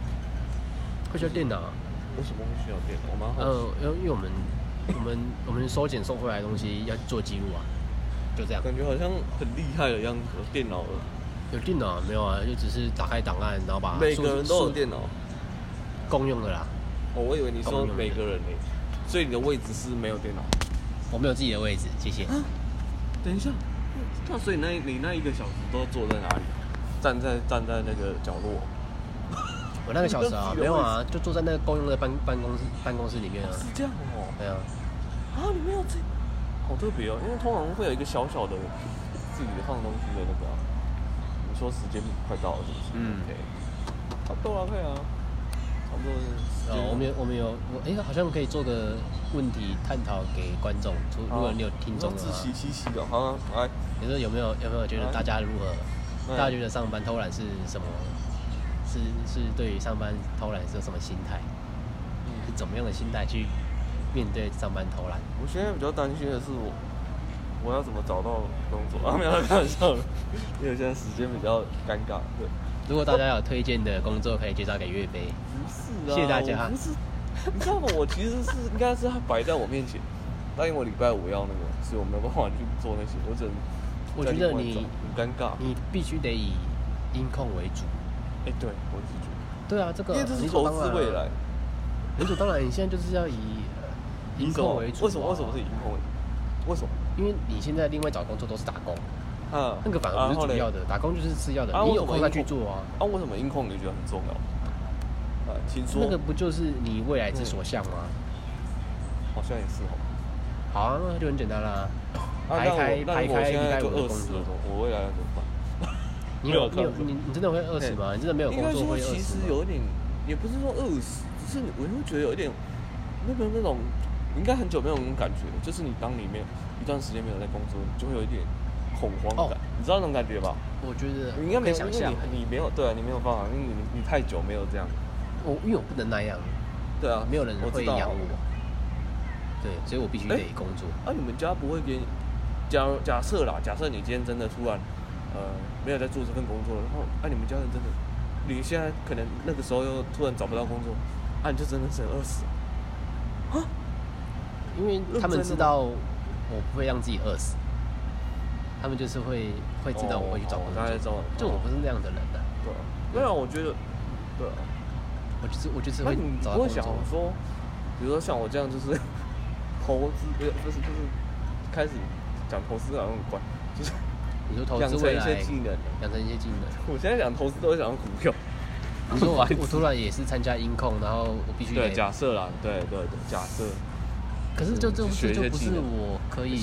Speaker 1: 会需要电脑啊，
Speaker 2: 为什么会需要电脑？我蛮好奇。
Speaker 1: 呃，因为因为我们我们我们收检收回来的东西要做记录啊，就这样。
Speaker 2: 感觉好像很厉害的样子，有电脑了。
Speaker 1: 有电脑啊没有啊？就只是打开档案，然后把
Speaker 2: 每
Speaker 1: 数
Speaker 2: 个人都有
Speaker 1: 啊数
Speaker 2: 电脑。
Speaker 1: 共用的啦。
Speaker 2: 哦，我以为你
Speaker 1: 哦
Speaker 2: 说
Speaker 1: 没有
Speaker 2: 每个人呢、所以你的位置是没有电脑。
Speaker 1: 我没有自己的位置，谢谢。
Speaker 2: 等一下，那所以那你那一个小时都坐在哪里？站在站在那个角落。
Speaker 1: 我那个小时啊，
Speaker 2: 你都自己的
Speaker 1: 没有啊，就坐在那个公用的办办公室办公室里面啊
Speaker 2: 哦，，是这样哦。
Speaker 1: 没有、
Speaker 2: 啊，你没有这，好特别哦，因为通常会有一个小小的自己放东西的那个啊、你说时间快到了是不是？
Speaker 1: 嗯
Speaker 2: 对，差不多了，快啊，差不多是时
Speaker 1: 然
Speaker 2: 间
Speaker 1: 后我
Speaker 2: 了。
Speaker 1: 们有我们有我哎、好像可以做个问题探讨给观众，除如
Speaker 2: 好
Speaker 1: 果你有听众
Speaker 2: 哦
Speaker 1: 的
Speaker 2: 你说自
Speaker 1: 话，
Speaker 2: 习七夕的，好啊，来，
Speaker 1: 你说有没有有没有觉得
Speaker 2: 啊
Speaker 1: 大家如
Speaker 2: 嗯
Speaker 1: 何？大家觉得上班偷懒是什么？是是对于上班偷懒是有什么心态？
Speaker 2: 嗯
Speaker 1: 是怎么样的心态去面对上班偷懒？
Speaker 2: 我现在比较担心的是我，我要怎么找到工作 啊？没有开玩笑的，因为现在时间比较尴尬。对，
Speaker 1: 如果大家有推荐的工作，可以介绍给岳飞。
Speaker 2: 不是啊，
Speaker 1: 谢谢大家
Speaker 2: 我不是，你知道吗？我其实是应该是他摆在我面前，答应我礼拜五要那个，所以我没有办法去做那些，我只能
Speaker 1: 我觉得
Speaker 2: 在另外
Speaker 1: 你
Speaker 2: 找很尴尬。
Speaker 1: 你必须得以音控为主。
Speaker 2: 哎、对我是觉得，
Speaker 1: 对啊，这个
Speaker 2: 因为这是
Speaker 1: 理所
Speaker 2: 投
Speaker 1: 当然啊
Speaker 2: 资未来。。
Speaker 1: 理所当然，你现在就是要以音控为主。啊
Speaker 2: 为什么？为什么是？银控为主？为什么？
Speaker 1: 因为你现在另外找工作都是打工，
Speaker 2: 啊，
Speaker 1: 那个反而不是主要
Speaker 2: 的。
Speaker 1: 的，打工就是次要的
Speaker 2: 啊，
Speaker 1: 你
Speaker 2: 为什
Speaker 1: 有
Speaker 2: 么
Speaker 1: 空再
Speaker 2: 音
Speaker 1: 去
Speaker 2: 控
Speaker 1: 做啊。
Speaker 2: 啊，为什么音控你觉得很重要？啊，请说。
Speaker 1: 那个不就是你未来之所向吗？
Speaker 2: 好像也是哦。
Speaker 1: 好啊，那就很简单啦。
Speaker 2: 啊，
Speaker 1: 排
Speaker 2: 那
Speaker 1: 开
Speaker 2: 我那
Speaker 1: 排
Speaker 2: 如果我
Speaker 1: 开
Speaker 2: 现
Speaker 1: 礼
Speaker 2: 在
Speaker 1: 拜
Speaker 2: 就
Speaker 1: 五的
Speaker 2: 饿
Speaker 1: 工
Speaker 2: 死
Speaker 1: 作
Speaker 2: 了，，我未来要怎么办？
Speaker 1: 你
Speaker 4: 没有
Speaker 1: 有你有
Speaker 4: 工作
Speaker 1: 你你真的会饿死吗？你真的没有
Speaker 2: 应
Speaker 1: 工
Speaker 2: 该
Speaker 1: 作
Speaker 2: 说
Speaker 1: 会饿
Speaker 2: 其
Speaker 1: 死吗？
Speaker 2: 实有一点，也不是说饿死，只是我会觉得有一点那个那种，应该很久没有那种感觉了。就是你当你没有一段时间没有在工作，你就会有一点恐慌感，
Speaker 1: 哦
Speaker 2: 你知道那种感觉吧？
Speaker 1: 我觉得
Speaker 2: 你应该没
Speaker 1: 可以
Speaker 2: 有，
Speaker 1: 想
Speaker 2: 因为
Speaker 1: 象，
Speaker 2: 你你没有对啊，你没有办法，因为你你太久没有这样。
Speaker 1: 我因为我不能那样，
Speaker 2: 对啊，
Speaker 1: 没有人
Speaker 2: 我
Speaker 1: 会
Speaker 2: 知道
Speaker 1: 养我。对，所以我必须得
Speaker 2: 哎
Speaker 1: 工作。
Speaker 2: 啊，你们家不会给你？假如假设啦，假设你今天真的突然，呃，没有在做这份工作了，然后啊，你们家人真的，你现在可能那个时候又突然找不到工作，啊，你就真的是很饿死。
Speaker 1: 因为他们
Speaker 2: 认真的吗
Speaker 1: 知道我不会让自己饿死，他们就是会会知道我会去找
Speaker 2: 哦
Speaker 1: 工
Speaker 2: 大概知
Speaker 1: 作
Speaker 2: 道了，
Speaker 1: 就我不是那样的人啊，
Speaker 2: 对啊，没有啊，我觉得，对啊，
Speaker 1: 我就是我就是
Speaker 2: 那
Speaker 1: 会
Speaker 2: 你
Speaker 1: 找到
Speaker 2: 不会
Speaker 1: 工
Speaker 2: 想
Speaker 1: 作。
Speaker 2: 说，比如说像我这样就是投资，不是不是就是开始讲投资好像很怪， 就是
Speaker 1: 你说投
Speaker 2: 养
Speaker 1: 资
Speaker 2: 成
Speaker 1: 未
Speaker 2: 一
Speaker 1: 来，
Speaker 2: 些技
Speaker 1: 养
Speaker 2: 能。
Speaker 1: 成一些技 能。
Speaker 2: 我现在讲投资都会想到股票。
Speaker 1: 你说我我突然也是参加音控，然后我必须得，
Speaker 2: 对，假设啦，对对对，假设。
Speaker 1: 可是就这种
Speaker 2: 学
Speaker 1: 事
Speaker 2: 一些
Speaker 1: 就不是
Speaker 2: 技能
Speaker 1: 我可以，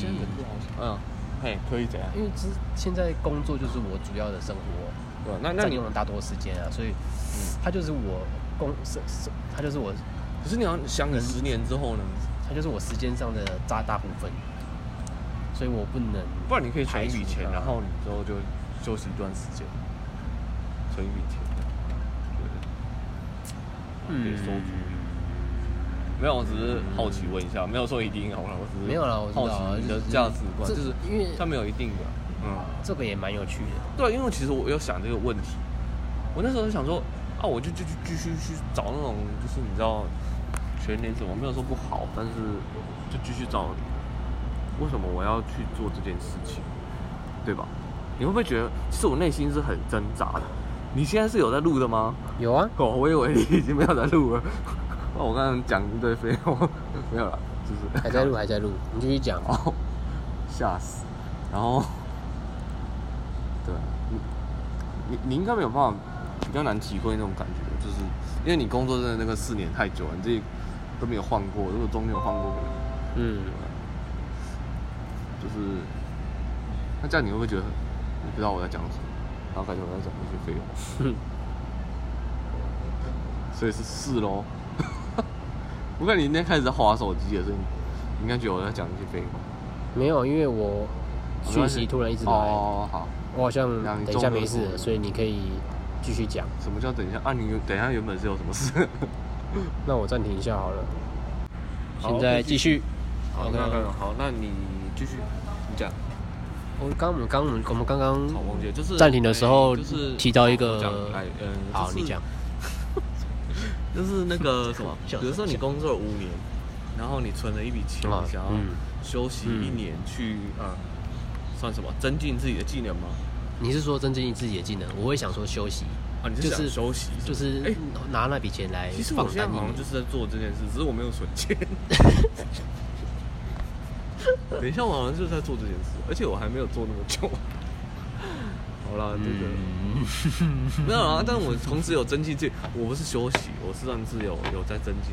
Speaker 2: 嗯，嘿，可以怎样？
Speaker 1: 因为之现在工作就是我主要的生活，
Speaker 2: 对吧，那那
Speaker 1: 占
Speaker 2: 你
Speaker 1: 用了大多时间啊，所以它就是我工是是它就是我
Speaker 4: 可是你要想你十年之后呢？
Speaker 1: 它就是我时间上的大大部分，所以我不能。
Speaker 4: 不然你可以存一笔
Speaker 1: 排
Speaker 4: 钱
Speaker 1: 除，它
Speaker 4: 然后你之后就休息一段时间，存一笔钱。
Speaker 1: 嗯
Speaker 4: 可以收没有，我只是好奇问一下，没有说一定好了，我只是
Speaker 1: 没有啦我知道
Speaker 4: 好
Speaker 1: 啊
Speaker 4: 奇你的
Speaker 1: 就是
Speaker 4: 价值观，
Speaker 1: 这
Speaker 4: 就是
Speaker 1: 因为
Speaker 4: 它没有一定的，嗯，
Speaker 1: 这个也蛮有趣的。
Speaker 4: 对，啊因为其实我有想这个问题，我那时候就想说，啊，我就就就继续去找那种，就是你知道，全年什么没有说不好，但是就继续找，为什么我要去做这件事情，对吧？你会不会觉得，其实我内心是很挣扎的？你现在是有在录的吗？
Speaker 1: 有啊，
Speaker 4: 哦，我以为你已经没有在录了。 哦，我刚刚讲一堆废话， 没有了，就是
Speaker 1: 还在录，还在录，你继续讲。
Speaker 4: 哦，吓死！然后，对，你你你应该没有办法，比较难体会那种感觉，就是因为你工作真的那个四年太久了，你自己都没有换过，如果中间有换过，
Speaker 1: 嗯，
Speaker 4: 就是那这样你会不会觉得你不知道我在讲什么，然后感觉我在讲一些废话，
Speaker 1: 哼
Speaker 4: 所以是是咯。我看你今天开始在划手机了，所以你应该觉得我在讲一些废话。
Speaker 1: 没有，因为我讯息突然一直来，
Speaker 4: 哦，好。
Speaker 1: 我好像
Speaker 4: 那你
Speaker 1: 等一下
Speaker 4: 中途
Speaker 1: 没事
Speaker 4: 过
Speaker 1: 了，所以你可以继续讲。
Speaker 4: 什么叫等一下啊？你有等一下原本是有什么事？
Speaker 1: 那我暂停一下好了。
Speaker 2: 好
Speaker 1: 现在继续。
Speaker 2: 好，
Speaker 1: OK，
Speaker 2: 那
Speaker 1: 我
Speaker 2: 好，那你继续，你讲。
Speaker 1: 刚我们刚我们我们刚刚
Speaker 2: 好，王姐就是
Speaker 1: 嗯暂停的时候
Speaker 2: 哎就是
Speaker 1: 提到一
Speaker 2: 我
Speaker 1: 个
Speaker 2: 讲哎，嗯，
Speaker 1: 好，
Speaker 2: 就是
Speaker 1: 你讲。
Speaker 2: 就是 那个什么，
Speaker 1: 笑
Speaker 2: 比如说你工作了五年，然后你存了一笔钱，
Speaker 1: 啊
Speaker 2: 你想要
Speaker 1: 嗯
Speaker 2: 休息一年去啊，算什么？增进自己的技能吗？
Speaker 1: 你是说增进自己的技能？我会想说休息，
Speaker 2: 啊，你
Speaker 1: 就是
Speaker 2: 想
Speaker 1: 是
Speaker 2: 休息不？
Speaker 1: 就是
Speaker 2: 哎，
Speaker 1: 拿那笔钱来
Speaker 2: 其实
Speaker 1: 放
Speaker 2: 我现在
Speaker 1: 单一
Speaker 2: 好
Speaker 1: 年
Speaker 2: 像就是在做这件事，只是我没有存 钱。等一下，我好像就是在做这件事，而且我还没有做那么久。 好啦，这个。
Speaker 1: 嗯，
Speaker 2: 没有啊，但我同时有增进自己，我不是休息，我是算是有有在增进。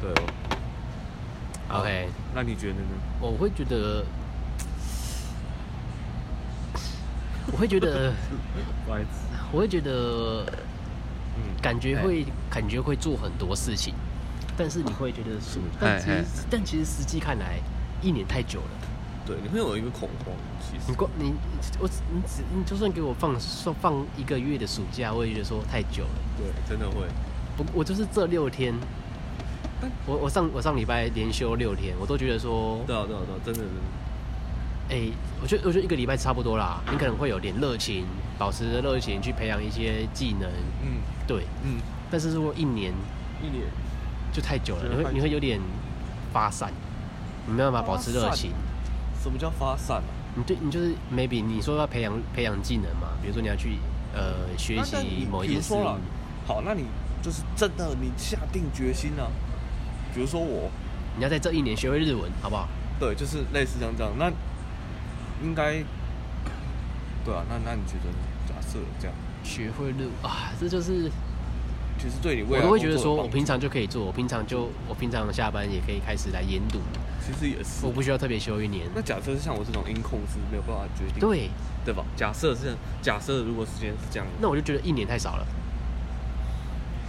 Speaker 2: 对哦，
Speaker 1: OK，
Speaker 2: 那你觉得呢？
Speaker 1: 我会觉得，我会觉得，
Speaker 2: 白痴，
Speaker 1: 我会觉得，
Speaker 2: 嗯，
Speaker 1: 感觉会
Speaker 4: 哎
Speaker 1: 感觉会做很多事情，但是你会觉得说，但其
Speaker 4: 哎
Speaker 1: 实但其实实际看来，一年太久了。
Speaker 2: 对，你会有一个恐慌，其
Speaker 1: 你
Speaker 2: 实
Speaker 1: 光你我你只你就算给我放说放一个月的暑假，我也觉得说太久了。
Speaker 2: 对，真的会。
Speaker 1: 我我就是这六天，
Speaker 4: 嗯
Speaker 5: 干
Speaker 1: 我我上我上礼拜连休六天，我都觉得说，
Speaker 2: 对啊对啊对啊，真的真的，
Speaker 1: 哎、我觉得我觉得一个礼拜差不多啦，你可能会有点热情，保持着热情去培养一些技能，
Speaker 2: 嗯
Speaker 1: 对。
Speaker 2: 嗯，
Speaker 1: 但是如果一年
Speaker 2: 一年
Speaker 1: 就太久了，
Speaker 2: 觉得
Speaker 1: 你
Speaker 2: 太
Speaker 1: 会你会有点发散，你没办法保持热
Speaker 2: 发散
Speaker 1: 情。
Speaker 2: 什么叫发散啊？
Speaker 1: 你对你就是 maybe 你说要培养培养技能嘛，比如说你要去呃学
Speaker 2: 那但
Speaker 1: 习
Speaker 2: 你
Speaker 1: 某一
Speaker 2: 比如
Speaker 1: 件事
Speaker 2: 说
Speaker 1: 物
Speaker 2: 了，，好，那你就是真的你下定决心了、比如说我，
Speaker 1: 你要在这一年学会日文，好不好？
Speaker 2: 对，就是类似像这样，那应该，对啊，那那你觉得呢假设这样，
Speaker 1: 学会日文啊，这就是
Speaker 2: 其实对你未
Speaker 1: 我
Speaker 2: 来
Speaker 1: 都会觉得
Speaker 2: 工作
Speaker 1: 说，我
Speaker 2: 有帮
Speaker 1: 平
Speaker 2: 助
Speaker 1: 常就可以做，我平常就我平常下班也可以开始来研读，
Speaker 2: 其实也是
Speaker 1: 我，不需要特别休一年。
Speaker 2: 那假设是像我这种音控是没有办法决定，
Speaker 1: 对，
Speaker 2: 对吧？假设是假设如果时间是这样，
Speaker 1: 那我就觉得一年太少了，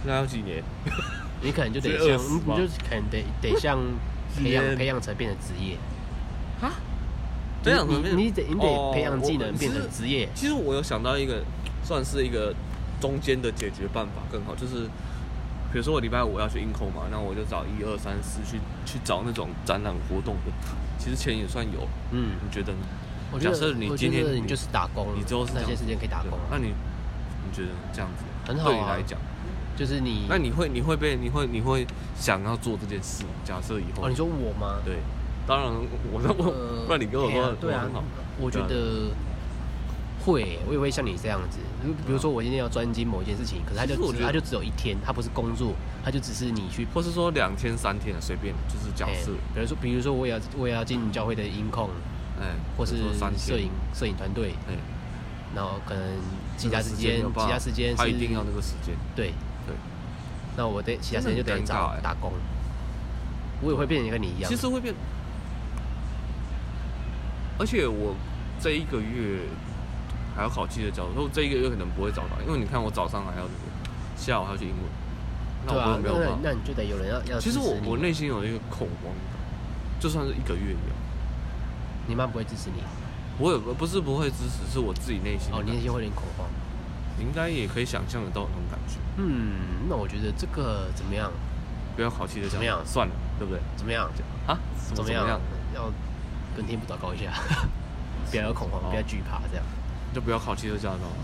Speaker 2: 那要几年？
Speaker 1: 你可能就得
Speaker 2: 所以
Speaker 1: 像，
Speaker 2: 二十
Speaker 1: 你
Speaker 2: 吧
Speaker 1: 就可能得得像
Speaker 2: 几
Speaker 1: 培养
Speaker 2: 年
Speaker 1: 培养成变成职业，
Speaker 2: 啊？
Speaker 1: 你
Speaker 2: 这样
Speaker 1: 啊你你得你得培养技能变成
Speaker 2: 职
Speaker 1: 职业，
Speaker 2: 其实哦我有想到一个，算是一个中间的解决办法更好，就是比如说我礼拜五要去 Inco 嘛，那我就找一二三四去去找那种展览活动的，其实钱也算有，
Speaker 1: 嗯，
Speaker 2: 你觉得呢？
Speaker 1: 我觉得
Speaker 2: 假设你
Speaker 1: 我
Speaker 2: 今
Speaker 1: 觉
Speaker 2: 天
Speaker 1: 得你就是打工，
Speaker 2: 你之后是这
Speaker 1: 那
Speaker 2: 样
Speaker 1: 些时间可以打
Speaker 2: 对
Speaker 1: 工啊，
Speaker 2: 那你你觉得这样子
Speaker 1: 很好啊
Speaker 2: 对你来讲，
Speaker 1: 就是你
Speaker 2: 那你会你会被你会你会想要做这件事吗？假设以后
Speaker 1: 哦，你说我吗？
Speaker 2: 对，当然我在问，
Speaker 1: 呃
Speaker 2: 不然你跟我
Speaker 1: 对啊
Speaker 2: 说
Speaker 1: 对
Speaker 2: 我
Speaker 1: 啊
Speaker 2: 很好，，啊
Speaker 1: 我觉得会，我也会像你这样子。如比如说，我今天要专精某一件事情，可是它就
Speaker 2: 其实我
Speaker 1: 只
Speaker 2: 觉
Speaker 1: 它
Speaker 2: 得
Speaker 1: 就只有一天，它不是工作，它就只是你去
Speaker 2: 或是说两天三天啊随便，就是假设，
Speaker 1: 哎比如说，比如说我也要我也要进教会的音控，
Speaker 2: 哎，
Speaker 1: 或是
Speaker 2: 比如说三天
Speaker 1: 摄影，摄影团队，
Speaker 2: 哎，
Speaker 1: 然后可能其他时间
Speaker 2: 这个有办
Speaker 1: 其
Speaker 2: 法
Speaker 1: 他时间
Speaker 2: 他
Speaker 1: 是
Speaker 2: 一定要那个时间，
Speaker 1: 对，
Speaker 2: 对。
Speaker 1: 那我得其他时间就得
Speaker 2: 真的很尴尬
Speaker 1: 找
Speaker 2: 哎
Speaker 1: 打工。我也会变成跟你一样，
Speaker 2: 其实会变。而且我这一个月还要考记者角度，所以我这一个月可能不会找到，因为你看我早上还要这个，下午还要去英文，那
Speaker 1: 对
Speaker 2: 我
Speaker 1: 啊
Speaker 2: 根本，没
Speaker 1: 那
Speaker 2: 有办法。
Speaker 1: 那你就得有人要要
Speaker 2: 其
Speaker 1: 支持你。
Speaker 2: 实我我内心有一个恐慌感，就算是一个月一样，
Speaker 1: 你妈不会支持你
Speaker 2: 我也不不是不会支持，是我自己内心的
Speaker 1: 哦，
Speaker 2: 感
Speaker 1: 你
Speaker 2: 觉。
Speaker 1: 内心会有点恐慌。
Speaker 2: 你应该也可以想象得到那种感觉。
Speaker 1: 嗯，那我觉觉得这个怎么样？
Speaker 2: 不要考汽车
Speaker 1: 怎么样
Speaker 2: 算了，对不对？
Speaker 1: 怎么样？
Speaker 2: 啊？
Speaker 1: 怎
Speaker 2: 怎
Speaker 1: 么
Speaker 2: 么
Speaker 1: 样？
Speaker 2: 样？
Speaker 1: 要跟天父祷告一 下，不要有恐慌，
Speaker 2: 哦
Speaker 1: 不要惧怕，这样。
Speaker 2: 就不要考汽车驾照了。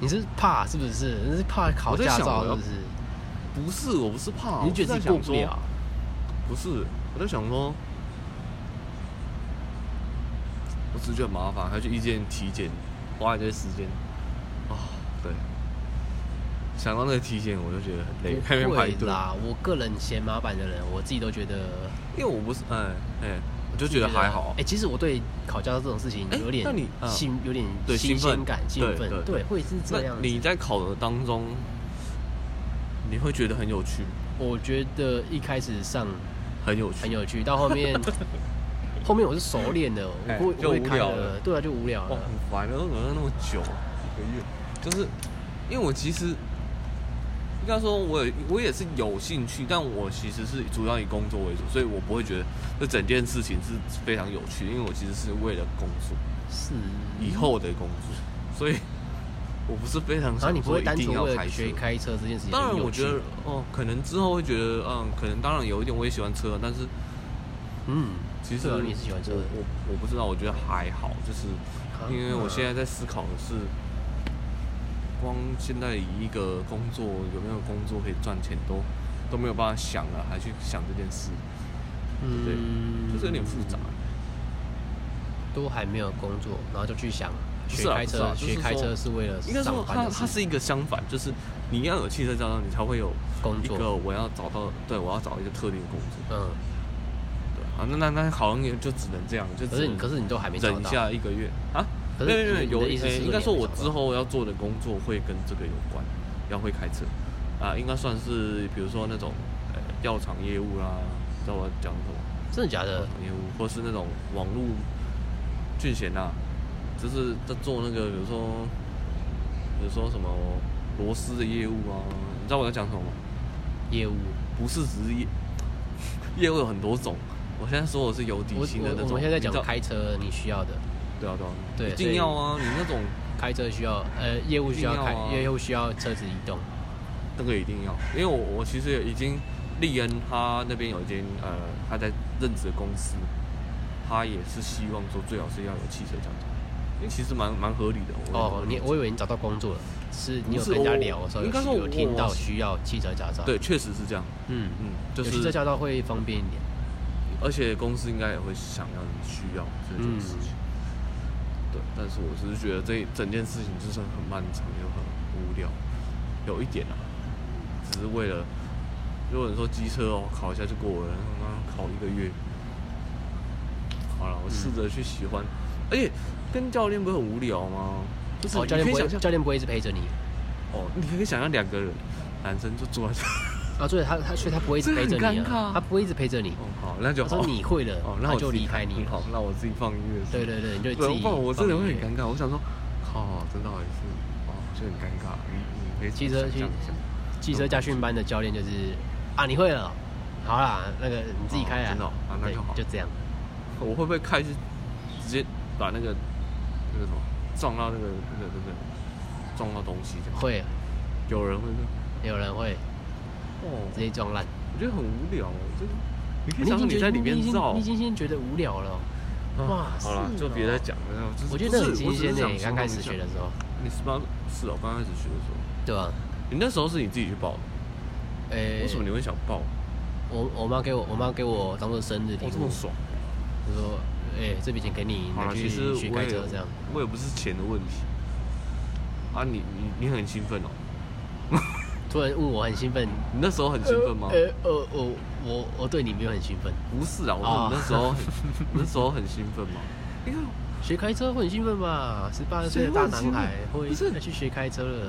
Speaker 1: 你是怕是不是？你是怕考
Speaker 2: 我在
Speaker 1: 驾
Speaker 2: 想
Speaker 1: 照
Speaker 2: 我
Speaker 1: 是
Speaker 2: 要
Speaker 1: 不是？
Speaker 2: 不是，我不是怕，
Speaker 1: 你是觉得
Speaker 2: 我
Speaker 1: 自
Speaker 2: 是
Speaker 1: 己
Speaker 2: 在
Speaker 1: 过
Speaker 2: 想
Speaker 1: 不
Speaker 2: 说
Speaker 1: 了？
Speaker 2: 不是，我在想说，我只是觉得很麻烦，还要去医健体检，花一堆时间。啊、对。想到那个体检，我就觉得很累，还
Speaker 1: 不
Speaker 2: 没排
Speaker 1: 会
Speaker 2: 队。
Speaker 1: 啦，我个人嫌麻烦的人，我自己都觉得
Speaker 2: 因为我不是，哎哎，我就觉得还好。
Speaker 1: 哎，其实我对考驾照这种事情
Speaker 2: 哎
Speaker 1: 有点
Speaker 2: 那你嗯
Speaker 1: 兴，有点
Speaker 2: 对
Speaker 1: 新
Speaker 2: 兴奋
Speaker 1: 鲜感、兴
Speaker 2: 对
Speaker 1: 奋，
Speaker 2: 对
Speaker 1: 对，会是这样子。
Speaker 2: 那你在考的当中，你会觉得很有趣吗，
Speaker 1: 我觉得一开始上
Speaker 2: 很有趣，
Speaker 1: 很有趣，到后 面后面我是熟练的，我
Speaker 2: 哎
Speaker 1: 不会
Speaker 2: 就
Speaker 1: 我会
Speaker 2: 无
Speaker 1: 开
Speaker 2: 聊
Speaker 1: 了
Speaker 2: 了，
Speaker 1: 对啊，就无聊
Speaker 2: 哇，
Speaker 1: 了。
Speaker 2: 很烦，然后怎么那么久，一个月，就是因为我其实应该说我有，我也是有兴趣，但我其实是主要以工作为主，所以我不会觉得这整件事情是非常有趣，因为我其实是为了工作，
Speaker 1: 是
Speaker 2: 以后的工作，所以我不是非常
Speaker 1: 然后
Speaker 2: 想
Speaker 1: 你不
Speaker 2: 说
Speaker 1: 会
Speaker 2: 一
Speaker 1: 单
Speaker 2: 定
Speaker 1: 纯
Speaker 2: 要
Speaker 1: 为
Speaker 2: 开
Speaker 1: 了
Speaker 2: 车
Speaker 1: 学。开车这件事情很
Speaker 2: 当
Speaker 1: 有趣，
Speaker 2: 然，我觉得哦，可能之后会觉得，嗯，可能当然有一点我也喜欢车，但是
Speaker 1: 嗯，
Speaker 2: 其实
Speaker 1: 对啊你是喜欢车的
Speaker 2: 我我我不知道，我觉得还好，就是
Speaker 1: 啊
Speaker 2: 因为我现在在思考的是，光现在以一个工作有没有工作可以赚钱都都没有办法想了，还去想这件事，对
Speaker 1: 嗯，
Speaker 2: 就是有点复杂。
Speaker 1: 都还没有工作，然后就去想
Speaker 2: 不
Speaker 1: 学
Speaker 2: 是啊
Speaker 1: 开
Speaker 2: 不是啊
Speaker 1: 车，
Speaker 2: 就是
Speaker 1: 学开
Speaker 2: 说
Speaker 1: 车是为了
Speaker 2: 应该说
Speaker 1: 上班
Speaker 2: 它
Speaker 1: 的
Speaker 2: 它
Speaker 1: 事
Speaker 2: 是一个相反，就是你要有汽车驾照，你才会有
Speaker 1: 工
Speaker 2: 一
Speaker 1: 作
Speaker 2: 个我要找到，对我要找一个特定的工作。
Speaker 1: 嗯，
Speaker 2: 对啊，那那那好像也就只能这样，就
Speaker 1: 可
Speaker 2: 只
Speaker 1: 是
Speaker 2: 能
Speaker 1: 你可是你都还没找
Speaker 2: 忍一
Speaker 1: 到，
Speaker 2: 下一个月啊？
Speaker 1: 可
Speaker 2: 没
Speaker 1: 是
Speaker 2: 有没有没
Speaker 1: 你
Speaker 2: 有，有
Speaker 1: 的意思
Speaker 2: 诶
Speaker 1: 是说
Speaker 2: 应该
Speaker 1: 你
Speaker 2: 说
Speaker 1: 还没
Speaker 2: 我
Speaker 1: 找到
Speaker 2: 之后要做的工作会跟这个有关，要会开车啊，应该算是比如说那种呃药厂业务啦，知道我要讲什么？
Speaker 1: 真的假的？
Speaker 2: 业务，或是那种网络俊贤啊，就是在做那个比如说比如说什么螺丝的业务啊，你知道我在讲什么吗？
Speaker 1: 业务，
Speaker 2: 不是只是业 业务有很多种。我现在说的是有底
Speaker 1: 我
Speaker 2: 薪的
Speaker 1: 我
Speaker 2: 那种，
Speaker 1: 我们现在在讲
Speaker 2: 你知道
Speaker 1: 开车，你需要的
Speaker 2: 对啊，对啊，
Speaker 1: 对
Speaker 2: 一定要啊！你那种
Speaker 1: 开车需要，呃，业务需要
Speaker 2: 一定要
Speaker 1: 开
Speaker 2: 啊，
Speaker 1: 业务需要车子移动，
Speaker 2: 那个一定要，因为我我其实已经利恩他那边有一间呃他在任职的公司，他也是希望说最好是要有汽车讲堂，因为其实蛮蛮合理的。
Speaker 1: 哦，你我以为你找到工作了，是你有跟人家聊的时候
Speaker 2: 不是我
Speaker 1: 有有
Speaker 2: 应该说
Speaker 1: 听到
Speaker 2: 我
Speaker 1: 需要汽车驾照。
Speaker 2: 对，，确实是这样。
Speaker 1: 嗯，
Speaker 2: 嗯，就
Speaker 1: 有汽车
Speaker 2: 是
Speaker 1: 驾照会方便一点。
Speaker 2: 而且公司应该也会想要你需要这件事情。
Speaker 1: 嗯
Speaker 2: 对，但是我只是觉得这整件事情就是很漫长又很无聊，有一点啊，只是为了，如果你说机车哦，考一下就过了，刚刚考一个月。好了，我试着去喜欢，而且跟教练不是很无聊吗？就是
Speaker 1: 哦，教
Speaker 2: 你
Speaker 1: 练
Speaker 2: 可以
Speaker 1: 不会，
Speaker 2: 想象
Speaker 1: 教练不会一直陪着你
Speaker 2: 哦，你可以想象两个人，男生就坐在这，
Speaker 1: 啊，所以他他所以他不会一直
Speaker 2: 这
Speaker 1: 陪
Speaker 2: 很
Speaker 1: 着你
Speaker 2: 尴尬
Speaker 1: 啊
Speaker 2: 啊，
Speaker 1: 他不会一直陪着你。
Speaker 2: 哦，好，那就
Speaker 1: 他
Speaker 2: 好
Speaker 1: 说。你会了
Speaker 2: 哦，，
Speaker 1: 他
Speaker 2: 那我
Speaker 1: 就
Speaker 2: 自己
Speaker 1: 离开你
Speaker 2: 很 好
Speaker 1: 了。，
Speaker 2: 那我自己放音乐。
Speaker 1: 对对对，你就
Speaker 2: 不
Speaker 1: 自
Speaker 2: 然
Speaker 1: 己。
Speaker 2: 不然我真的会很尴尬。我想说，靠，真的好意思，哦，就很尴尬。你你可以
Speaker 1: 汽车
Speaker 2: 想
Speaker 1: 去
Speaker 2: 象一下
Speaker 1: 汽车驾训班的教练就是啊，你会了，好啦，那个你自己开啦，
Speaker 2: 哦真的哦啊那
Speaker 1: 对
Speaker 2: 就好
Speaker 1: 就这样。
Speaker 2: 我会不会开是直接把那个那个什么撞到那个那个那个撞到东西这样？
Speaker 1: 会，
Speaker 2: 有人会这样
Speaker 1: 有人会
Speaker 2: 哦，
Speaker 1: 直接撞烂。
Speaker 2: 我觉得很无聊，哦就是你可以
Speaker 1: 已
Speaker 2: 想
Speaker 1: 经
Speaker 2: 象你
Speaker 1: 觉
Speaker 2: 在
Speaker 1: 得
Speaker 2: 里面
Speaker 1: 你已经
Speaker 2: 照
Speaker 1: 你已。经先觉得无聊了哦。哇
Speaker 2: 啊好了，
Speaker 1: 是
Speaker 2: 就别
Speaker 1: 哦
Speaker 2: 再讲了。就是
Speaker 1: 我觉得那
Speaker 2: 不
Speaker 1: 很
Speaker 2: 是
Speaker 1: 新
Speaker 2: 我只是
Speaker 1: 鲜
Speaker 2: 想
Speaker 1: 的，欸刚开始
Speaker 2: 说
Speaker 1: 学
Speaker 2: 明
Speaker 1: 的
Speaker 2: 一下
Speaker 1: 时候，
Speaker 2: 你十八是哦，刚开始学的时候，
Speaker 1: 对吧？
Speaker 2: 你那时候是你自己去报的，
Speaker 1: 诶
Speaker 2: 为什么你会想报？
Speaker 1: 我我妈给我我妈给我当做生日礼
Speaker 2: 哦，这么
Speaker 1: 物，
Speaker 2: 爽。
Speaker 1: 她说：“哎，这笔钱给你，
Speaker 2: 好了，
Speaker 1: 你
Speaker 2: 其实
Speaker 1: 去学
Speaker 2: 我
Speaker 1: 开
Speaker 2: 也
Speaker 1: 车这样。
Speaker 2: 我也不是钱的问题。啊，你你你很兴奋哦，”
Speaker 1: 突然问我很兴奋，
Speaker 2: 你那时候很兴奋吗？
Speaker 1: 呃呃呃，我我对你没有很兴奋，
Speaker 2: 不是啊，我说
Speaker 1: 哦
Speaker 2: 你那时 候很，你那时候很兴奋吗？你看，
Speaker 1: 学开车会很兴奋吧？十八岁的大男孩会
Speaker 2: 不是
Speaker 1: 去学开车了，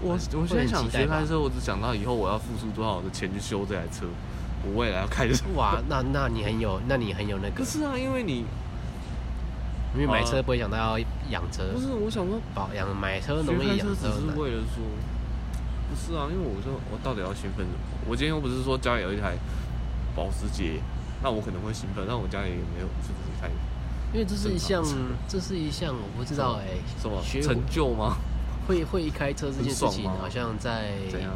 Speaker 2: 我我现
Speaker 1: 会
Speaker 2: 在
Speaker 1: 很
Speaker 2: 想
Speaker 1: 期待
Speaker 2: 学
Speaker 1: 吧
Speaker 2: 开车，我只想到以后我要付出多少的钱去修这台车，我未来要开什么？
Speaker 1: 哇，那那你很有，那你很有那
Speaker 2: 不
Speaker 1: 个，
Speaker 2: 是啊，因为你
Speaker 1: 因为买车
Speaker 2: 呃
Speaker 1: 不会想到要养车，
Speaker 2: 不是我想说，
Speaker 1: 保养买车
Speaker 2: 学
Speaker 1: 容
Speaker 2: 开
Speaker 1: 易，养
Speaker 2: 车只
Speaker 1: 车
Speaker 2: 是
Speaker 1: 难。
Speaker 2: 为了说，不是啊，因为我说我到底要兴奋什么？我今天又不是说家里有一台保时捷，那我可能会兴奋，但我家里也没有自己开。
Speaker 1: 因为这是一项
Speaker 2: 正常，
Speaker 1: 这是一项我不知道哎、
Speaker 2: 什么
Speaker 1: 学
Speaker 2: 成就吗？
Speaker 1: 会会开车这件事
Speaker 2: 很
Speaker 1: 情，
Speaker 2: 爽吗
Speaker 1: 好像在
Speaker 2: 怎样？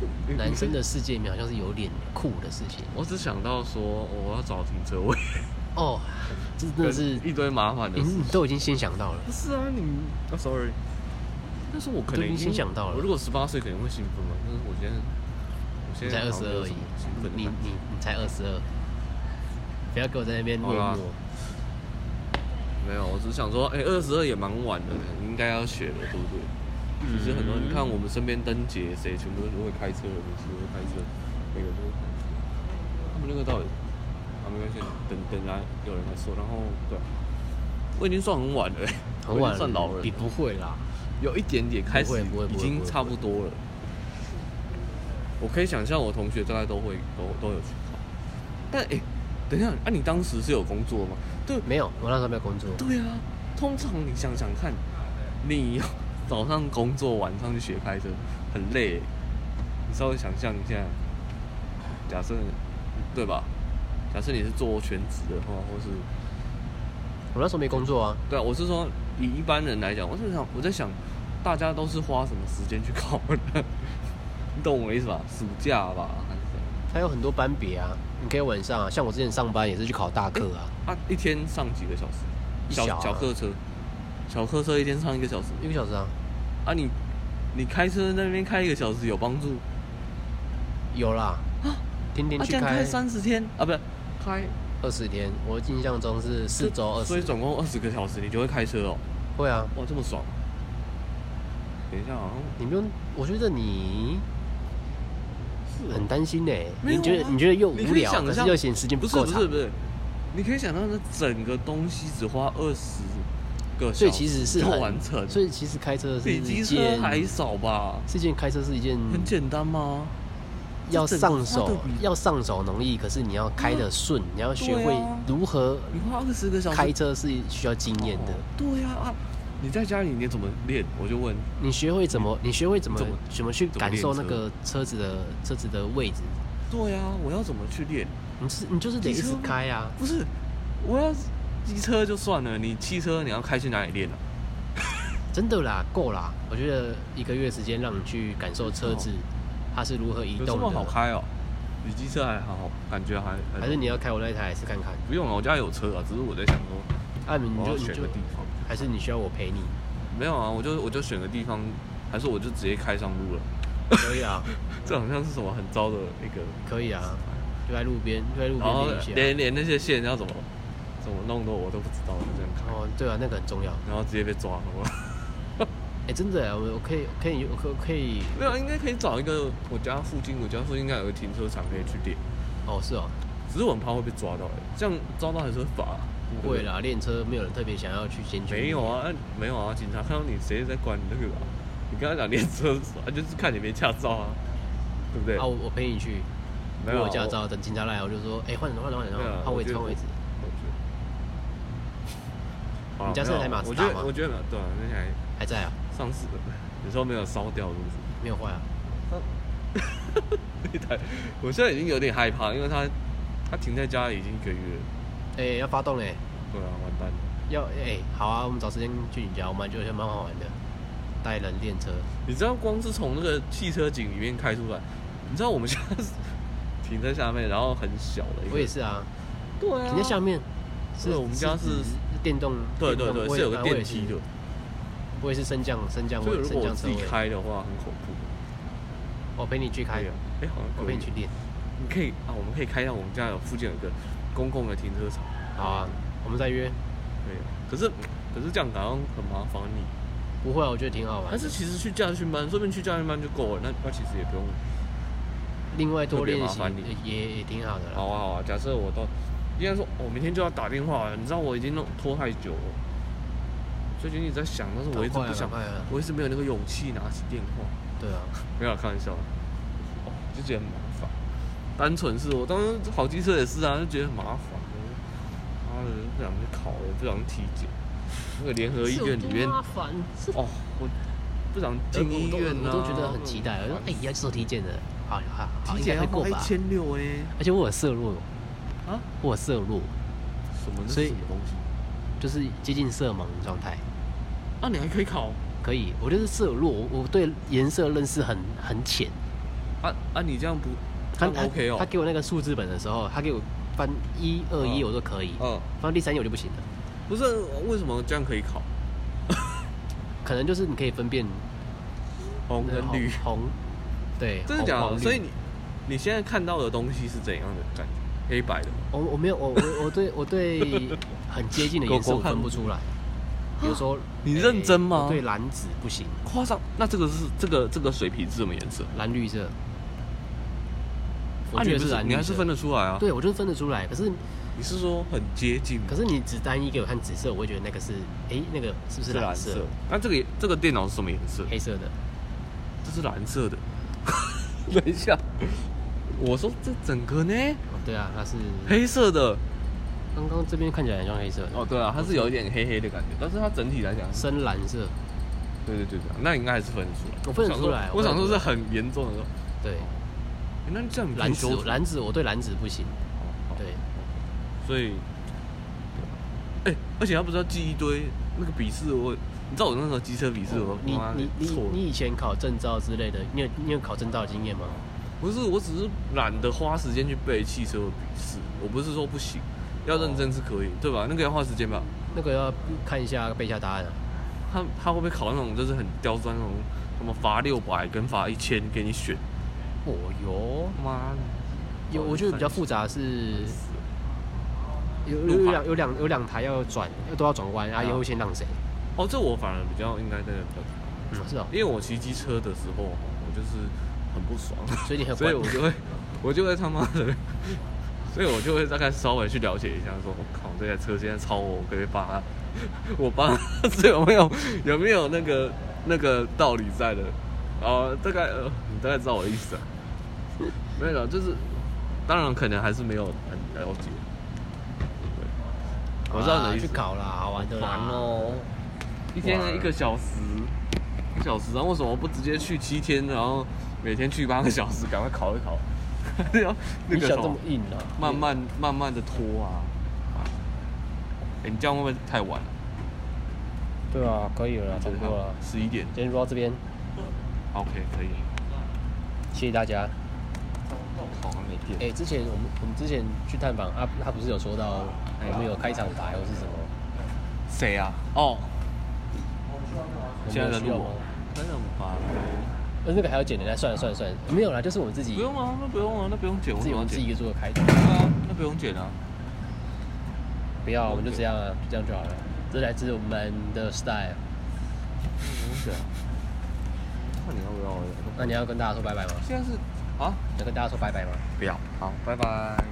Speaker 1: 哎男生的世界里面好像是有点酷的事情
Speaker 2: 嗯我只想到说我要找停车 位，
Speaker 1: 哦。这真的是
Speaker 2: 跟一堆麻烦的
Speaker 1: 你
Speaker 2: 事
Speaker 1: 你。都已经先想到了，
Speaker 2: 不是啊，你啊，sorry，但是我可
Speaker 1: 都
Speaker 2: 能
Speaker 1: 已经先想到了
Speaker 2: 我如果十八岁肯定会兴奋嘛，但是我现在
Speaker 1: 你
Speaker 2: 我现
Speaker 1: 才
Speaker 2: 在
Speaker 1: 二十二
Speaker 2: 好像没有
Speaker 1: 而已
Speaker 2: 什么兴奋，的
Speaker 1: 你
Speaker 2: 感觉
Speaker 1: 你你才二十二，不要给我在那边
Speaker 2: 好
Speaker 1: 默
Speaker 2: 啦
Speaker 1: 默。
Speaker 2: 没有，我只是想说，哎、二十二也蛮晚的，应该要学了，对不对？其实很多，你看我们身边灯节谁全部都会开车的，每次都会开车，每个都会开车。他们那个到底，啊，没关系，等等啊，有人来说，然后对，啊我已经算很晚了、欸，
Speaker 1: 很晚
Speaker 2: 我已经算老人
Speaker 1: 比不会啦。
Speaker 2: 有一点点开始
Speaker 1: 不会不会
Speaker 2: 已
Speaker 1: 不会
Speaker 2: 经
Speaker 1: 不会
Speaker 2: 差不多了。我可以想象我同学大概都会都都有去考，但哎、等一下，啊，你当时是有工作吗？对，
Speaker 1: 没有，我那时候没有工作，
Speaker 2: 对啊，通常你想想看，你早上工作，晚上去学开车，很累欸。你稍微想象一下，假设对吧？假设你是做全职的话，或是
Speaker 1: 我那时候没工作啊。
Speaker 2: 对啊，我是说以一般人来讲，我是想我在想，大家都是花什么时间去考的？ 你懂我的意思吧？暑假吧，还是怎样
Speaker 1: 它有很多班别啊，你可以晚上啊，像我之前上班也是去考大课啊，
Speaker 2: 啊，一天上几个小时？
Speaker 1: 一
Speaker 2: 小
Speaker 1: 小啊
Speaker 2: 小客车，小客车一天上一个小时。
Speaker 1: 一个小时啊，
Speaker 2: 啊你，你开车那边开一个小时有帮助？
Speaker 1: 有啦，天天
Speaker 2: 啊，
Speaker 1: 去
Speaker 2: 这样
Speaker 1: 开
Speaker 2: 开三十天啊，不是开
Speaker 1: 二十天，我印象中是四周二
Speaker 2: 所以
Speaker 1: 十，
Speaker 2: 总共二十个小时，你就会开车哦。
Speaker 1: 会啊，
Speaker 2: 哇，这么爽！等一下，啊好像
Speaker 1: 你不用，我觉得你
Speaker 2: 是哦
Speaker 1: 很担心呢、
Speaker 2: 没
Speaker 1: 你
Speaker 2: 有啊
Speaker 1: 觉得你觉得又
Speaker 2: 你
Speaker 1: 无
Speaker 2: 可以
Speaker 1: 聊，
Speaker 2: 想
Speaker 1: 可是
Speaker 2: 象
Speaker 1: 又嫌时间
Speaker 2: 不是
Speaker 1: 够
Speaker 2: 不
Speaker 1: 长，
Speaker 2: 是不是，你可以想到那整个东西只花二十个小时，
Speaker 1: 所以其实是
Speaker 2: 就
Speaker 1: 很
Speaker 2: 完成，
Speaker 1: 所以其实开车是
Speaker 2: 比
Speaker 1: 一
Speaker 2: 机车
Speaker 1: 件，嗯
Speaker 2: 还少吧？
Speaker 1: 是一件开车是一件
Speaker 2: 很简单吗？
Speaker 1: 要
Speaker 2: 这整
Speaker 1: 上
Speaker 2: 个
Speaker 1: 手
Speaker 2: 花得比嗯
Speaker 1: 要上手容易，可是你要开的顺，你要学
Speaker 2: 对
Speaker 1: 会
Speaker 2: 啊
Speaker 1: 如何
Speaker 2: 你花二十个小时
Speaker 1: 开车是需要经验的。
Speaker 2: 哦对呀啊，你在家里你怎么练？我就问，
Speaker 1: 你学会怎么，你学会怎么
Speaker 2: 嗯怎么
Speaker 1: 怎么去
Speaker 2: 怎么
Speaker 1: 感
Speaker 2: 练
Speaker 1: 受那
Speaker 2: 车
Speaker 1: 个车子的车子的位置，
Speaker 2: 对呀、我要怎么去练？
Speaker 1: 你是你就是得一
Speaker 2: 机车
Speaker 1: 直
Speaker 2: 吗
Speaker 1: 开啊，
Speaker 2: 不是，我要机车就算了，你汽车你要开去哪里练啊？
Speaker 1: 真的啦，够啦，我觉得一个月时间让你去感受车子它是如何移
Speaker 2: 哦有这
Speaker 1: 动
Speaker 2: 么
Speaker 1: 的
Speaker 2: 好，开哦？旅机车还好，感觉还
Speaker 1: 还是你要开我那一台来试看看？
Speaker 2: 不用了，我家有车啊，只是我在想说
Speaker 1: 啊，你
Speaker 2: 我
Speaker 1: 就
Speaker 2: 要
Speaker 1: 你
Speaker 2: 选
Speaker 1: 就
Speaker 2: 个地方，
Speaker 1: 还是你需要我 陪你？
Speaker 2: 没有啊，我就我就选个地方，还是我就直接开上路了。
Speaker 1: 可以啊，
Speaker 2: 这好像是什么很糟的一个，
Speaker 1: 可以啊，就在路边，就在路
Speaker 2: 然后
Speaker 1: 边练一下。
Speaker 2: 连连那些线要怎么怎么弄的我都不知道，就这样开，
Speaker 1: 哦，对啊，那个很重要。
Speaker 2: 然后直接被抓了。
Speaker 1: 哎、真的啊，我我可以可以我可我可以
Speaker 2: 没有，应该可以找一个我家附近，我家附近应该有个停车场可以去练，
Speaker 1: 哦，是哦，
Speaker 2: 只是我很怕会被抓到、欸，这样抓到还是会罚。啊
Speaker 1: 不会啦，练车没有人特别想要去先去。
Speaker 2: 没有啊，没有啊，警察看到你谁在管你那个啊？你跟他讲练车，啊，就是看你没驾照啊，对不对？
Speaker 1: 啊，我我陪你去，
Speaker 2: 没
Speaker 1: 我
Speaker 2: 有
Speaker 1: 有
Speaker 2: 啊
Speaker 1: 驾照，等警察来，我就说，哎、换人换人换人
Speaker 2: 对啊，
Speaker 1: 换位置
Speaker 2: 我觉得
Speaker 1: 换位置。
Speaker 2: 我觉得。好啦
Speaker 1: 你家是
Speaker 2: 没有啊
Speaker 1: 台马自
Speaker 2: 我
Speaker 1: 达
Speaker 2: 觉
Speaker 1: 吗
Speaker 2: 得我觉得蛮对啊，那台
Speaker 1: 还在啊，
Speaker 2: 上市的，你说没有烧掉是不是？
Speaker 1: 没有坏啊。
Speaker 2: 那台我现在已经有点害怕，因为它它停在家里已经一个月了，
Speaker 1: 哎、要发动嘞，
Speaker 2: 对啊，完蛋了。
Speaker 1: 要哎、好啊，我们找时间去你家，我们觉得蛮好玩的，带人练车。
Speaker 2: 你知道光是从那个汽车井里面开出来，你知道我们现在是停在下面，然后很小的一个，
Speaker 1: 我也，是啊，
Speaker 2: 对啊，
Speaker 1: 停在下面。是
Speaker 2: 对我们家是
Speaker 1: 电动，
Speaker 2: 对
Speaker 1: 电
Speaker 2: 对
Speaker 1: 动
Speaker 2: 对，
Speaker 1: 我
Speaker 2: 是
Speaker 1: 也
Speaker 2: 有个
Speaker 1: 啊
Speaker 2: 电梯的，
Speaker 1: 我也是升降升降
Speaker 2: 所以
Speaker 1: 位，
Speaker 2: 如
Speaker 1: 升
Speaker 2: 果我
Speaker 1: 降
Speaker 2: 自
Speaker 1: 车位。
Speaker 2: 己开的话，很恐怖。
Speaker 1: 我陪你去开
Speaker 2: 对，啊，哎，好像
Speaker 1: 我
Speaker 2: 可
Speaker 1: 陪
Speaker 2: 以
Speaker 1: 你去，练。
Speaker 2: 你可以啊，我们可以开到我们家有附近有一个公共的停车场，
Speaker 1: 好啊，我们再约。
Speaker 2: 对。可是嗯可是这样好像很麻烦你，
Speaker 1: 不会啊，我觉得挺好玩的
Speaker 2: 但。是其实去驾训班，顺便去驾训班就够了，那那其实也不用。
Speaker 1: 另外多练习
Speaker 2: 特别麻烦你
Speaker 1: 也也挺好的啦。
Speaker 2: 好啊好啊，假设我到，应该说我明天就要打电话了，你知道我已经弄拖太久了，最近一直在想，但是我一直
Speaker 1: 赶快啊
Speaker 2: 不想
Speaker 1: 赶快啊，
Speaker 2: 我一直没有那个勇气拿起电话。
Speaker 1: 对啊，
Speaker 2: 没有开玩笑，哦，就觉得很麻烦。单纯是我当时跑机车也是啊，就觉得很麻烦。妈的，不想去考了，不想体检。那个联合医院里面，
Speaker 1: 烦。
Speaker 2: 哦，我不想进医院啊
Speaker 1: 我都我都觉得很期待。我说，哎，要去做体检的，好好好，
Speaker 2: 体
Speaker 1: 应
Speaker 2: 检
Speaker 1: 该
Speaker 2: 要
Speaker 1: 会过
Speaker 2: 花一
Speaker 1: 吧？
Speaker 2: 千六哎，
Speaker 1: 而且我有色弱，
Speaker 2: 啊，
Speaker 1: 我有色弱，
Speaker 2: 什么？
Speaker 1: 所
Speaker 2: 这
Speaker 1: 以
Speaker 2: 是什么东西？
Speaker 1: 就是接近色盲的状态。
Speaker 2: 啊，你还可以考？
Speaker 1: 可以，我就是色弱，我我对颜色认识很很浅。
Speaker 2: 啊啊，你这样不，这样 OK
Speaker 1: 他
Speaker 2: 哦？
Speaker 1: 给我那个数字本的时候，他给我翻一二一，
Speaker 2: 嗯
Speaker 1: 我说可以，
Speaker 2: 嗯，
Speaker 1: 翻到第三页我就不行了。
Speaker 2: 不是，为什么这样可以考？
Speaker 1: 可能就是你可以分辨
Speaker 2: 红跟绿，
Speaker 1: 红，对，
Speaker 2: 真的假
Speaker 1: 红
Speaker 2: 的？
Speaker 1: 黄
Speaker 2: 所以
Speaker 1: 绿
Speaker 2: 你你现在看到的东西是怎样的感觉？黑白的吗？
Speaker 1: 哦我我没有我我我对我对很接近的颜色
Speaker 2: 狗狗
Speaker 1: 我
Speaker 2: 看哦
Speaker 1: 分不出来，比如说
Speaker 2: 你
Speaker 1: 诶
Speaker 2: 认真吗
Speaker 1: 我对蓝紫不行，
Speaker 2: 夸张？那这个是这个这个水皮是什么颜色？
Speaker 1: 蓝绿色，我
Speaker 2: 啊，
Speaker 1: 觉
Speaker 2: 你
Speaker 1: 得
Speaker 2: 不
Speaker 1: 蓝绿色，
Speaker 2: 你还是分得出来啊？，
Speaker 1: 对我就是分得出来，可是
Speaker 2: 你是说很接近吗？
Speaker 1: 可是你只单一给我看紫色，我会觉得那个是诶，那个是不是
Speaker 2: 是蓝
Speaker 1: 色？
Speaker 2: 色。那这个这个电脑是什么颜色？
Speaker 1: 黑色的，
Speaker 2: 这是蓝色 的。等一下，我说这整个呢，
Speaker 1: 哦对啊，它是
Speaker 2: 黑色的。
Speaker 1: 刚刚这边看起来很像黑色的，
Speaker 2: 哦，对啊，它是有一点黑黑的感觉，但是它整体来讲是，
Speaker 1: 深蓝色，
Speaker 2: 对对对对，那应该还是分得出来。
Speaker 1: 我哦分得出来
Speaker 2: 我想说
Speaker 1: 我分得出来
Speaker 2: 我想说是很严重的时候，
Speaker 1: 对，
Speaker 2: 诶那这样你可以
Speaker 1: 蓝
Speaker 2: 修
Speaker 1: 紫
Speaker 2: 图
Speaker 1: 蓝紫我对蓝紫不行，
Speaker 2: 哦好
Speaker 1: 对，
Speaker 2: 所以，哎、而且他不是要记一堆那个笔试，我你知道我那时候机车笔试，我
Speaker 1: 哦你
Speaker 2: 哦妈的
Speaker 1: 你你
Speaker 2: 错了
Speaker 1: 你以前考证照之类的，你有你有考证照的经验吗？
Speaker 2: 不是，我只是懒得花时间去背汽车的笔试，我不是说不行，要认真是可以，对吧？那个要花时间吧。
Speaker 1: 那个要看一下背一下答案啊。
Speaker 2: 他他会不会考那种就是很刁钻那种，什么罚六百跟罚一千给你选？
Speaker 1: 哦
Speaker 2: 妈的，
Speaker 1: 有有，
Speaker 2: 哦
Speaker 1: 我觉得比较复杂是有有有两有两有两台要转，都要转弯，啊，
Speaker 2: 嗯
Speaker 1: 以后先让谁？
Speaker 2: 哦，这我反而比较应该真的比较低，
Speaker 1: 嗯，是哦，
Speaker 2: 因为我骑机车的时候，我就是很不 爽。
Speaker 1: 所以你很
Speaker 2: 所以
Speaker 1: 会，
Speaker 2: 我就会，我就会他妈的， 所以我就会大概稍微去了解一下说，我靠，这台车现在超我，我可不可以把它，我把 它这有没有有没有那个那个道理在的？哦，大概呃，你大概知道我的意 思啊。没有啦，就是当然可能还是没有很了解。对，我知道你
Speaker 1: 啊
Speaker 2: 的意思
Speaker 1: 去。考啦，好玩的啦。嗯
Speaker 2: 烦哦，一天
Speaker 1: 哇
Speaker 2: 一个小时，啊一小时，然后为什么不直接去七天，然后每天去八个小时，赶快考一考？ 然后那
Speaker 1: 你
Speaker 2: 个
Speaker 1: 想
Speaker 2: 什
Speaker 1: 这
Speaker 2: 么
Speaker 1: 么，硬啊？
Speaker 2: 慢慢慢慢的拖啊。哎、你这样会不会太晚了？啊
Speaker 1: 对啊，可以了啦，差不多啊了。
Speaker 2: 十一点
Speaker 1: 今天录到这边，
Speaker 2: ，OK，可以。
Speaker 1: 谢谢大家。
Speaker 2: 好像没电。
Speaker 1: 哎、之前我们我们之前去探访啊，他不是有说到我们有开场白或是什么？
Speaker 2: 谁啊？哦，
Speaker 1: 我们
Speaker 2: 现在
Speaker 1: 有
Speaker 2: 在
Speaker 1: 需
Speaker 2: 录哦
Speaker 1: 要
Speaker 2: 我
Speaker 1: 吗？。
Speaker 2: 真的吧？
Speaker 1: 呃，那个还要剪的，那算了算了算了，没有啦，就是我们自己
Speaker 2: 不用啊，那不用啊，那不用剪，我
Speaker 1: 自
Speaker 2: 怎
Speaker 1: 己
Speaker 2: 么
Speaker 1: 我
Speaker 2: 要
Speaker 1: 们自
Speaker 2: 剪？
Speaker 1: 己做的开头，
Speaker 2: 对啊，那不用剪啊。
Speaker 1: 不要，我们就这样啊，就这样就好了。这来自我们的 style。
Speaker 2: 不用剪啊。那你要不要？
Speaker 1: 那你要跟大家说拜拜吗？
Speaker 2: 现在是啊？
Speaker 1: 你要跟大家说拜拜吗？
Speaker 2: 不要。好，拜拜。